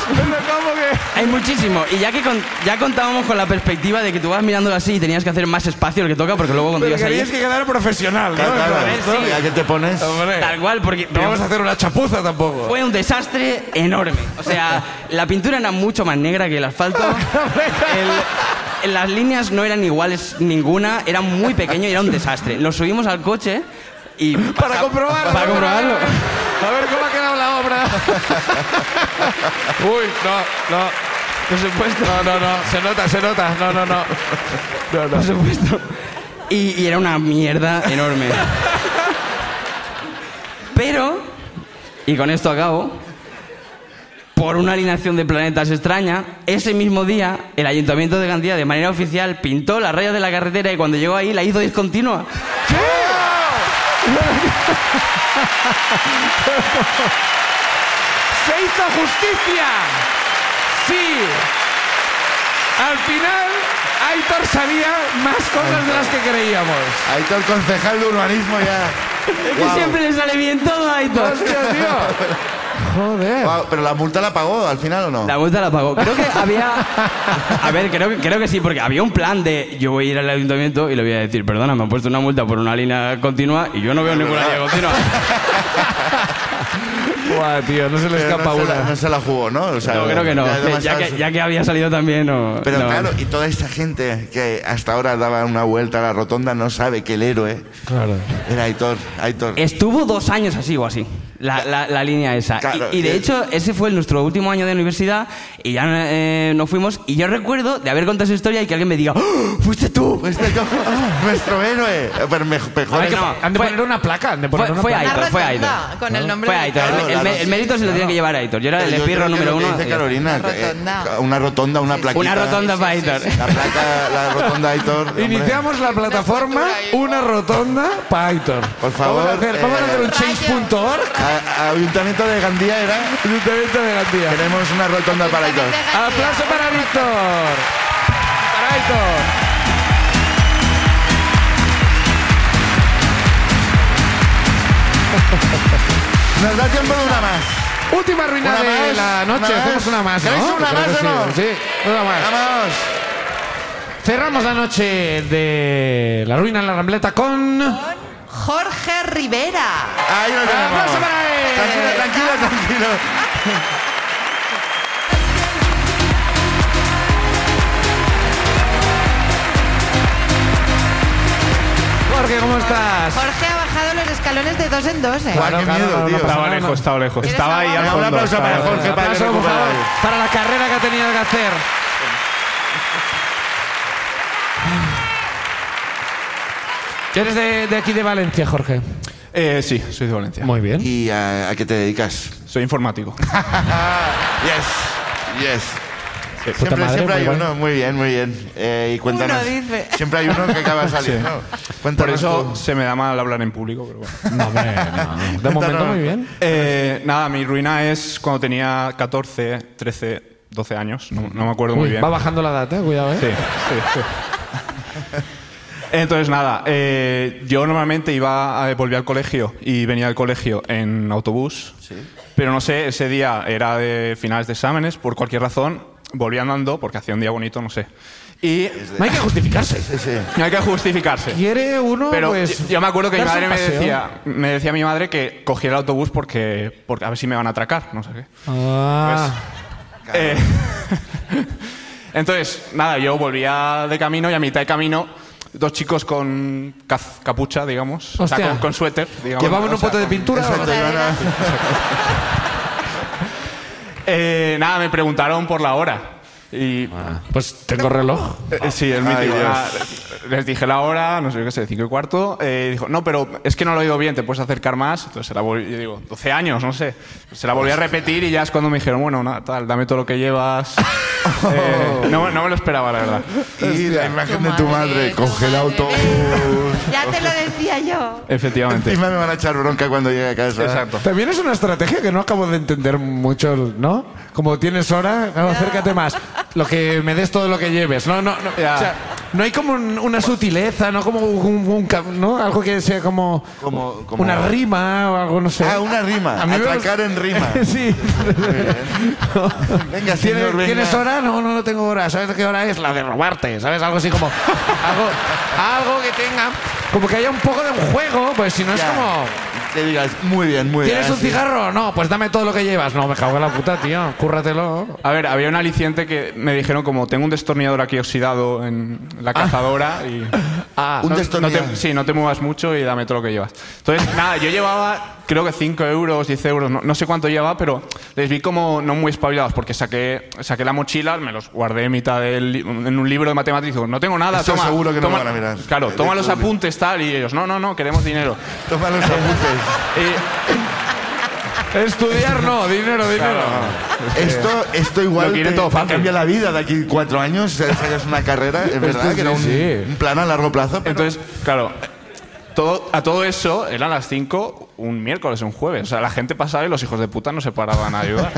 Hay muchísimo. Y ya que con- ya contábamos con la perspectiva de que tú vas mirándolo así y tenías que hacer más espacio del que toca, porque luego cuando
Pero
ibas ahí...
querías que quedara profesional, ¿no?
Claro, claro.
Claro.
sí.
¿A qué te pones?
Hombre,
Tal cual, porque...
no vamos a hacer una chapuza tampoco.
Fue un desastre enorme. O sea, la pintura era mucho más negra que el asfalto. El- las líneas no eran iguales ninguna, era muy pequeño y era un desastre. Nos subimos al coche y...
Para comprobarlo.
Para comprobarlo.
A ver cómo ha quedado la obra. Uy, no, no. Por supuesto. No, no, no. Se nota, se nota. No, no, no. No, no.
Por supuesto. Y, y era una mierda enorme. Pero, y con esto acabo, por una alineación de planetas extraña, ese mismo día el ayuntamiento de Gandía de manera oficial pintó las rayas de la carretera y cuando llegó ahí la hizo discontinua.
¿Qué?
¡Se hizo justicia! ¡Sí! Al final, Aitor sabía más cosas de las que creíamos.
Aitor, concejal de urbanismo ya.
Es que siempre le sale bien todo a Aitor.
¡Hostia, tío! Joder.
Guau, pero la multa la pagó al final o no?
La multa la pagó. Creo que había. A ver, creo, que- creo que sí, porque había un plan de. Yo voy a ir al ayuntamiento y le voy a decir, perdona, me han puesto una multa por una línea continua y yo no veo ninguna línea continua.
Buah, tío, no se le
Pero
escapa
no se
una.
la, no se la jugó, ¿no? O sea,
No, creo que no.
ya
Ya,
demasiadas-
que, ya que había salido también, no.
Pero
no.
claro, y toda esta gente que hasta ahora daba una vuelta a la rotonda no sabe que el héroe
Claro.
era Aitor. Aitor.
Estuvo dos años así o así, la, la- la línea esa. Y-
Claro,
y,
y-
de hecho, ese fue nuestro último año de universidad y ya eh, nos fuimos. Y yo recuerdo de haber contado esa historia y que alguien me diga, "¡Oh, ¡Fuiste tú!
Pues te- nuestro héroe. Pero me- mejor
A ver,
es-
no.
Han de
Fue-
poner una placa, han de poner
Fue,
una
fue
placa.
Una
Aitor, fue Aitor.
rotonda con el nombre
Fue
de
Aitor.
Claro,
El- el,
claro,
el mérito se lo tiene que llevar a Aitor. Yo era el
Pero yo
esbirro
creo que
número
lo que
uno.
Dice Carolina,
Una
eh,
rotonda.
una rotonda, una
Sí, sí.
plaquita.
Una rotonda para
Sí, sí,
Aitor.
sí,
La placa, la rotonda Aitor. hombre.
Iniciamos la plataforma, una rotonda para Aitor.
Por favor,
Vamos a hacer, vamos a
eh,
hacer un change.org.
A- a- Ayuntamiento de Gandía era.
Ayuntamiento de Gandía.
Tenemos una rotonda para Aitor.
Aplauso para Víctor. Para Aitor.
Nos da tiempo de una más.
Última ruina
Una
de
más,
la noche.
una más.
Hacemos una más, ¿no?
¿Queréis una
Creo
más
que
o no?
Sí, Sí, una más.
Vamos.
Cerramos la noche de la ruina en la rambleta con.
Jorge Rivera.
Ahí lo tenemos.
Aplauso para él.
Tranquilo, tranquilo, tranquilo.
Jorge, ¿cómo estás?
Jorge ha bajado los escalones de dos en dos, ¿eh?
Guau, qué
claro,
miedo,
no, no
tío.
pasa
Estaba
nada,
lejos, estaba lejos.
¿Quieres
Estaba ahí
agua?
al
Venga, un
fondo.
aplauso
estaba-
para Jorge. para
Aplauso, por favor,
recuperar.
para la carrera que ha tenido que hacer. Eres de, de aquí de Valencia, Jorge.
Eh, sí, soy de Valencia.
Muy bien.
¿Y a, a qué te dedicas?
Soy informático.
yes,
puta
yes. Siempre,
madre,
siempre
muy
hay
bueno.
uno, muy bien, muy bien. Eh, y cuéntanos.
Uno dice.
Siempre hay uno que acaba saliendo.
Por
Cuéntanos
eso
tú.
se me da mal hablar en público, pero bueno.
No, hombre, no. De momento muy bien.
Eh, nada, mi ruina es cuando tenía 14, 13, 12 años. No, no me acuerdo muy
Uy,
bien.
va bajando la data, cuidado, ¿eh?
Sí, sí, sí. Entonces, nada, eh, yo normalmente iba, a- volvía al colegio y venía al colegio en autobús, pero no sé, ese día era de finales de exámenes, por cualquier razón, volví andando porque hacía un día bonito, no sé. Y
No hay que justificarse.
Sí, sí.
no hay que justificarse.
Quiere uno,
Pero
pues.
yo, yo me acuerdo que mi
darse un
madre me
paseo.
decía, me decía mi madre que cogiera el autobús porque, porque a ver si me van a atracar, no sé qué.
Ah,
Eh, Entonces, nada, yo volvía de camino y a mitad de camino, dos chicos con caz- capucha, digamos, o sea,
Hostia.
con, con suéter, digamos.
Llevaban
o
un
sea,
pote de
con-
pintura.
Exacto, iban a-
Eh, nada, me preguntaron por la hora. Y
Pues tengo reloj.
eh, sí, el mítico.
Dios.
nada, les dije la hora, no sé qué sé, cinco y cuarto. eh, dijo, no, pero es que no lo he oído bien, te puedes acercar más. Entonces se la volví, yo digo, 12 años, no sé. Se la volví a repetir y ya es cuando me dijeron, bueno, nada, tal, dame todo lo que llevas. Eh, no, no me lo esperaba, la verdad.
Y la imagen de tu madre,
tu
coge el
madre.
autobús.
Ya te lo decía yo.
Efectivamente.
Encima me van a echar bronca cuando llegue a casa.
Exacto.
También es una estrategia que no acabo de entender mucho, ¿no? Como tienes hora, no, acércate más. Lo que me des todo lo que lleves. No, no, no.
Ya.
O sea, no hay como un- una sutileza, no como un, un ca- ¿no? algo que sea como,
Como- como-
una rima o algo, no sé.
Ah, una rima.
A mí me
Atracar en rima.
sí.
Venga,
¿Tienes,
señor, venga.
tienes hora? No, no, no tengo hora. ¿Sabes qué hora es? La de robarte, ¿sabes? Algo así como. algo, algo que tenga. Como que haya un poco de un juego, pues si no es
Ya.
como.
Que digas, muy bien, muy bien.
¿Tienes un
así.
cigarro? No, pues dame todo lo que llevas. No, me cago en la puta, tío. Cúrratelo.
A ver, había un aliciente que me dijeron como tengo un destornillador aquí oxidado en la cazadora y
Ah,
Un
no-
destornillador.
no te- sí, no te muevas mucho y dame todo lo que llevas. Entonces, nada, yo llevaba creo que 5 euros, 10 euros, no, no sé cuánto llevaba, pero les vi como no muy espabilados porque saqué, saqué la mochila, me los guardé en mitad del, li- en un libro de matemáticas, digo, no tengo nada,
Esto
toma,
seguro que no
toma-
lo van a mirar.
Claro,
Eh,
toma los
tú-
apuntes tal y ellos, no, no, no, queremos dinero.
Toma los apuntes.
Y
Eh, estudiar no, dinero, dinero.
Esto, esto
Lo
igual
quieren
te,
todo
te
fácil.
cambia la vida de aquí cuatro años. Sacas una carrera, es verdad,
Esto
que era
sí,
un,
sí.
un plan a largo plazo. pero-
entonces, claro, todo, a todo eso, eran las 5 un miércoles, un jueves. O sea, la gente pasaba y los hijos de puta no se paraban a ayudar.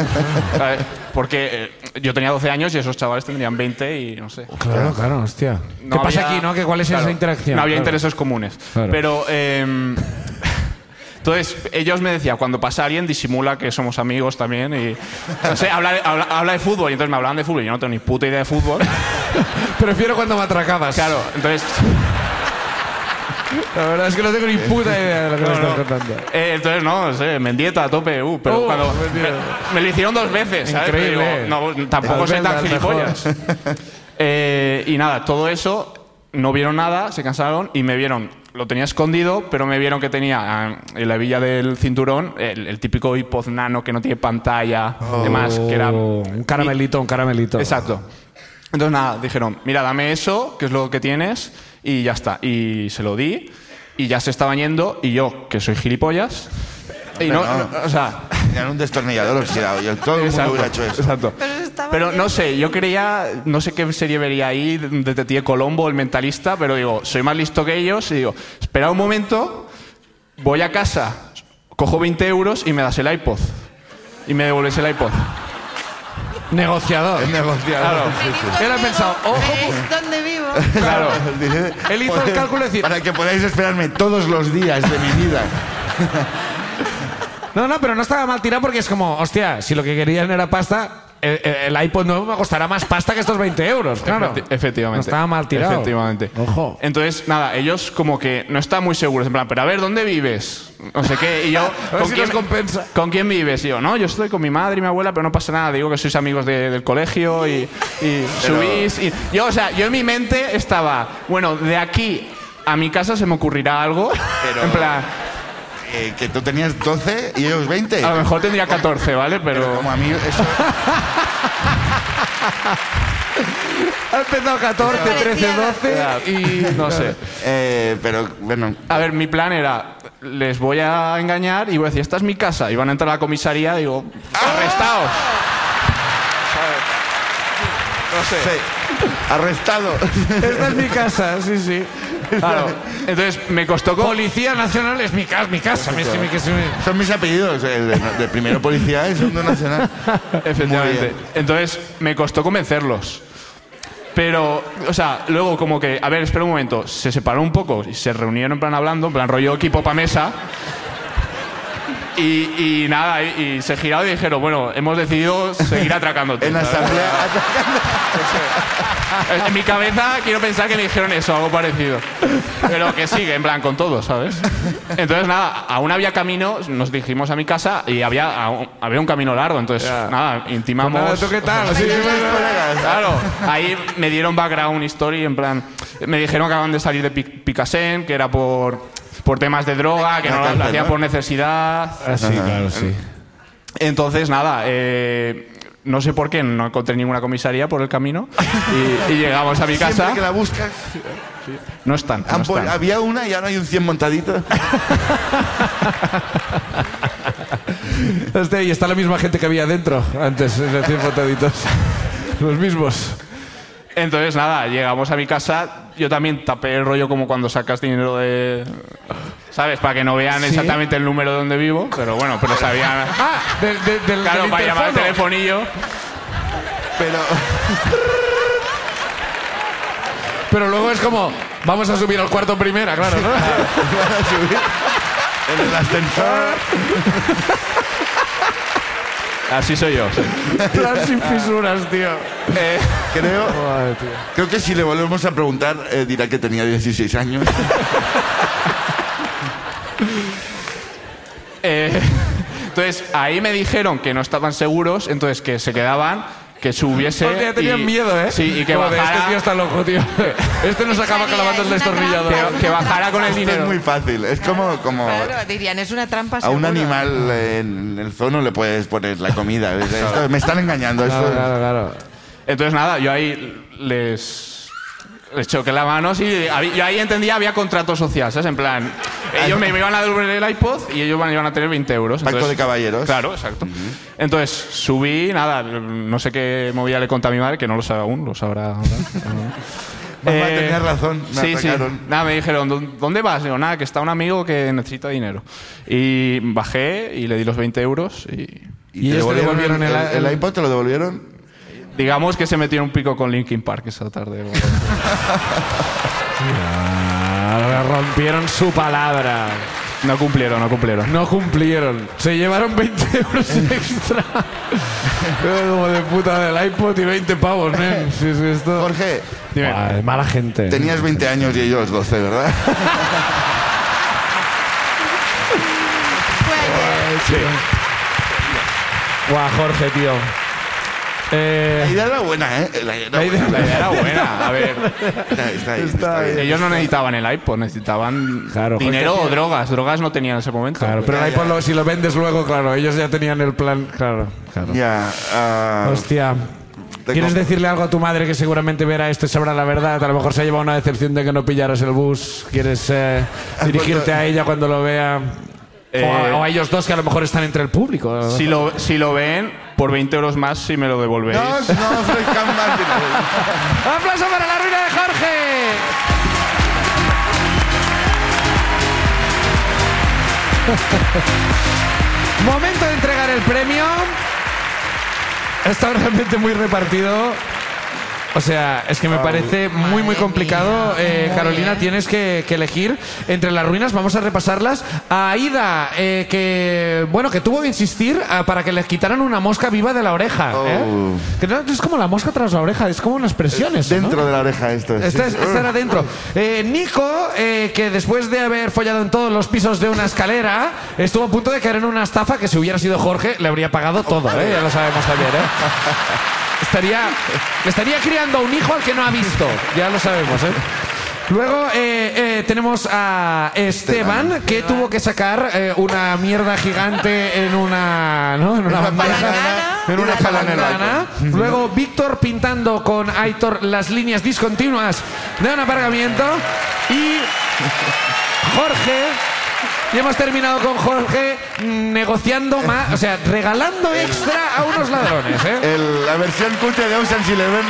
¿Sabes? Porque eh, yo tenía 12 años y esos chavales tendrían 20 y no sé.
Claro, claro, hostia.
No
¿Qué pasa
había-
aquí, no? ¿Qué, ¿Cuál es
claro,
esa interacción?
No había
Claro.
intereses comunes.
Claro.
Pero. em, entonces, ellos me decían, cuando pasa alguien, disimula que somos amigos también y... No sé, habla, habla- habla de fútbol. Y entonces me hablaban de fútbol y yo no tengo ni puta idea de fútbol.
Prefiero cuando me atracabas.
Claro, entonces...
La verdad es que no tengo ni puta idea de lo que me
no,
estás
no.
contando.
Eh, entonces, no, no sé, Mendieta a tope. uh, pero
Uh,
cuando...
Mendieta.
Me, me lo hicieron dos veces, ¿sabes? Pero
Increíble.
digo, no, tampoco soy
Albelda,
tan
el mejor.
gilipollas. Eh, y nada, todo eso, no vieron nada, se cansaron y me vieron. Lo tenía escondido, pero me vieron que tenía ah, en la villa del cinturón el, el típico iPod nano que no tiene pantalla, demás, que era.
Un caramelito, un caramelito.
Exacto. Entonces, nada, dijeron, mira, dame eso, que es lo que tienes, y ya está. Y se lo di, y ya se estaban yendo, y yo, que soy gilipollas. Y no,
Hombre, no.
no, o sea,
Tenían un destornillador oxidado. Yo, todo el mundo
Exacto,
hubiera hecho eso.
exacto.
Pero estaba
Pero
bien.
no sé, yo creía, no sé qué serie vería ahí, Detective Colombo, el mentalista, pero digo, soy más listo que ellos y digo, espera un momento, voy a casa, cojo 20 euros y me das el iPod. Y me devuelves el iPod.
Negociador.
El negociador.
Claro.
Sí, sí.
Era pensado, ojo,
¿Veis dónde vivo?
Claro.
Dice,
Él hizo el cálculo y decir-
Para que podáis esperarme todos los días de mi vida.
No, no, pero no estaba mal tirado porque es como, hostia, si lo que querían era pasta, el, el- el iPod nuevo me costará más pasta que estos 20 euros, claro.
Efecti- efectivamente.
No estaba mal tirado.
Efectivamente.
Ojo.
Entonces, nada, ellos como que no están muy seguros. En plan, pero a ver, ¿dónde vives? No sé qué. Y yo,
ver si nos compensa.
¿Con quién vives? Y yo, no, yo estoy con mi madre y mi abuela, pero no pasa nada. Digo que sois amigos de- del colegio y, y subís. y- yo, o sea, yo en mi mente estaba, bueno, de aquí a mi casa se me ocurrirá algo.
Pero-
En plan,
Eh, que tú tenías 12 y ellos 20.
a
Ah,
lo mejor tendría 14, ¿vale?
Pero
Pero...
como a mí eso...
ha empezado 14,
Parecía
13,
la-
12 y...
No sé.
eh, pero bueno,
A ver, mi plan era, les voy a engañar y voy a decir, esta es mi casa. Y van a entrar a la comisaría y digo, arrestados.
Ah.
No sé.
sí. arrestado.
Esta es mi casa, sí, sí.
Claro. Entonces me costó como...
Policía Nacional es mi, ca- mi casa. mi- mi- mi-
Son mis apellidos, el de, de primero policía y segundo nacional. Muy
Efectivamente.
bien.
Entonces me costó convencerlos. Pero, o sea, luego como que, a ver, espera un momento, se separó un poco y se reunieron en plan hablando, en plan rollo equipo pa' mesa. Y, y nada, y, y se giraron y dijeron, bueno, hemos decidido seguir atracándote.
En la
¿sabes?
asamblea atacando.
En mi cabeza quiero pensar que le dijeron eso, algo parecido. Pero que sigue, en plan, con todo, ¿sabes? Entonces, nada, aún había camino, nos dirigimos a mi casa y había, aún- había un camino largo, entonces, nada, intimamos.
Nada, ¿tú qué
Ah,
tal? Sí,
Sí,
sí,
mis colegas.
Claro, ahí me dieron background story, en plan, me dijeron que acaban de salir de Pic- Picasen, que era por, por temas de droga, que no lo- lo hacían por necesidad.
Ah, sí, claro, sí.
Entonces, nada, eh, no sé por qué, no encontré ninguna comisaría por el camino y, y llegamos a mi casa.
Siempre que la buscas,
No están, no
han pu-
están.
había una y ahora hay un 100 montadito.
Hostia, Este, y está la misma gente que había dentro antes, en los 100 botaditos. Los mismos.
Entonces, nada, llegamos a mi casa. Yo también tapé el rollo como cuando sacas dinero de. ¿Sabes? Para que no vean exactamente el número de donde vivo. Pero bueno, pero sabían.
Ah, de- de- del,
Claro,
del
para llamar al
interfono.
telefonillo.
Pero
Pero luego es como, vamos a subir al cuarto primera, claro, ¿no?
van a subir en el ascensor.
Así soy yo. sí.
Plan sin fisuras, tío.
Eh,
Creo, creo que si le volvemos a preguntar, eh, dirá que tenía 16 años.
eh, entonces, ahí me dijeron que no estaban seguros, entonces que se quedaban, que subiese.
Hostia, tenían
y-
miedo, ¿eh?
Sí, y que
Joder, Este tío
bajara.
está loco, tío. Este nos acaba
Sería
clavando el
una
destornillador.
trampa.
Que, que bajara con el
Esto es
dinero.
muy fácil. Es como, como
Claro, dirían, es una trampa
a un
seguro.
animal eh, en el zoo no le puedes poner la comida. Esto- me están engañando. Esto,
Claro, claro, claro.
Entonces, nada, yo ahí les, les choqué la mano. Sí, habí- yo ahí entendía había contrato social, ¿sabes? En plan, ellos me, me iban a devolver el iPod y ellos van- iban a tener 20 euros.
Pacto de caballeros.
Claro, exacto. Entonces, subí, nada, no sé qué movida le conté a mi madre, que no lo sabe aún, lo sabrá ahora.
Mamá tenía razón, me
Eh, sí, sí.
atacaron.
Nada, me dijeron, "¿Dó- ¿dónde vas? Digo, nada, que está un amigo que necesita dinero. Y bajé y le di los 20 euros
¿Y,
y...
te
este
devolvieron,
devolvieron
el,
el-
el iPod? ¿Te lo devolvieron?
Digamos que se metió en un pico con Linkin Park esa tarde.
Ah, rompieron su palabra.
No cumplieron, no cumplieron.
No cumplieron. Se llevaron 20 euros extra. Era Como de puta del iPod y 20 pavos, ¿eh? Sí, sí, esto.
Jorge,
Ay, mala gente.
tenías 20 años y ellos 12, ¿verdad?
Fue ayer.
Guau, Jorge, tío.
La
Eh,
idea era buena, ¿eh? La idea era
La idea-
buena.
La idea era buena, a ver.
Está, está ahí, está bien.
Ellos no necesitaban el iPod, necesitaban
Claro.
dinero o drogas. Drogas no tenían en ese momento.
claro, pero el
Ya,
iPod,
ya.
lo- si lo vendes luego, claro, ellos ya tenían el plan. Claro, claro.
Ya, ah,
Hostia.
Te
¿Quieres
compro.
decirle algo a tu madre que seguramente verá esto y sabrá la verdad? A lo mejor se ha llevado una decepción de que no pillaras el bus. ¿Quieres eh, dirigirte a ella cuando lo vea?
Eh,
o, a, o a ellos dos que a lo mejor están entre el público.
Si lo, si lo ven, por 20 euros más si me lo devolvéis.
No, no ofrezcan más dinero.
¡Un aplauso para la ruina de Jorge! Momento de entregar el premio. Está realmente muy repartido. O sea, es que me parece muy, muy complicado. Eh, Carolina, tienes que, que elegir entre las ruinas. Vamos a repasarlas. A Aida, eh, que, bueno, que tuvo que insistir ah, para que le quitaran una mosca viva de la oreja. ¿eh?
Oh.
Que no- es como la mosca tras la oreja, es como unas presiones. ¿no?
Dentro de la oreja esto.
Esta, es- esta era dentro. Eh, Nico, eh, que después de haber follado en todos los pisos de una escalera, estuvo a punto de caer en una estafa que si hubiera sido Jorge le habría pagado todo, ¿eh? ya lo sabemos también. ¿eh? Estaría, estaría criando a un hijo al que no ha visto, ya lo sabemos. ¿eh? Luego eh, eh, tenemos a Esteban, que tuvo que sacar eh, una mierda gigante en una, ¿no? en una bandeja.
palangana.
En una
La
palangana.
Ana. Luego Víctor pintando con Aitor las líneas discontinuas de un aparcamiento. Y Jorge. Y hemos terminado con Jorge negociando más, o sea, regalando extra a unos ladrones. ¿eh?
El- la versión cutre de Ocean's Eleven.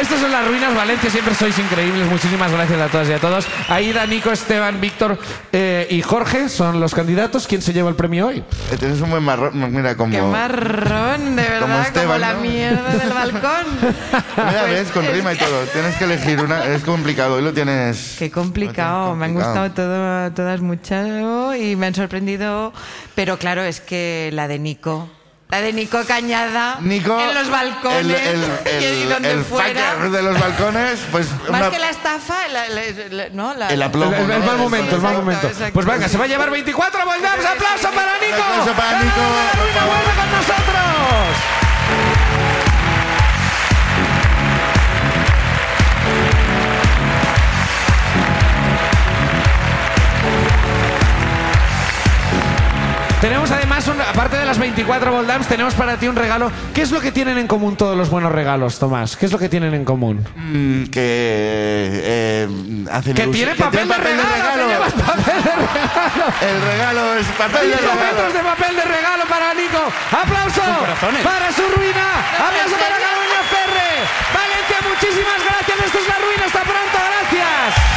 Estas son las ruinas, Valencia, siempre sois increíbles. Muchísimas gracias a todas y a todos. Aida, Nico, Esteban, Víctor eh, y Jorge son los candidatos. ¿Quién se lleva el premio hoy?
Eh, Tienes un buen marrón. Mira, como...
Qué marrón, de verdad, como,
Esteban,
la
¿no?
mierda del balcón.
Mira,
Pues
ves, con
es
rima y
que-
todo. Tienes que elegir una. Es complicado. Hoy lo tienes...
Qué complicado, me han gustado todo, todas mucho y me han sorprendido, pero claro, es que la de Nico, la de Nico Cañada,
Nico...
en los balcones
El, el, el,
y donde
el
fuera.
fucker de los balcones, pues...
Más
una-
que la estafa, la- la- la- no, la-
El aplomo,
El, el- el
¿no?
mal momento, el mal
Exacto,
momento.
exacto.
Pues venga, se va a llevar 24 voltados. ¡Aplauso para Nico!
Un aplauso para Nico,
¡Ganador de la
por
ruina,
favor.
vuelve con nosotros! Tenemos además, un- aparte de las 24 Voldams, tenemos para ti un regalo. ¿Qué es lo que tienen en común todos los buenos regalos, Tomás? ¿Qué es lo que tienen en común?
Mm, que eh, hacen
Que
ilusión-
tiene papel, de regalo. te llevas papel de regalo.
El regalo es papel de
Cinco metros
regalo.
de papel de regalo para Nico. ¡Aplauso! Para su ruina. ¡Aplauso para Carolina Ferre! Valencia, muchísimas gracias. Esto es la ruina. Hasta pronto. Gracias.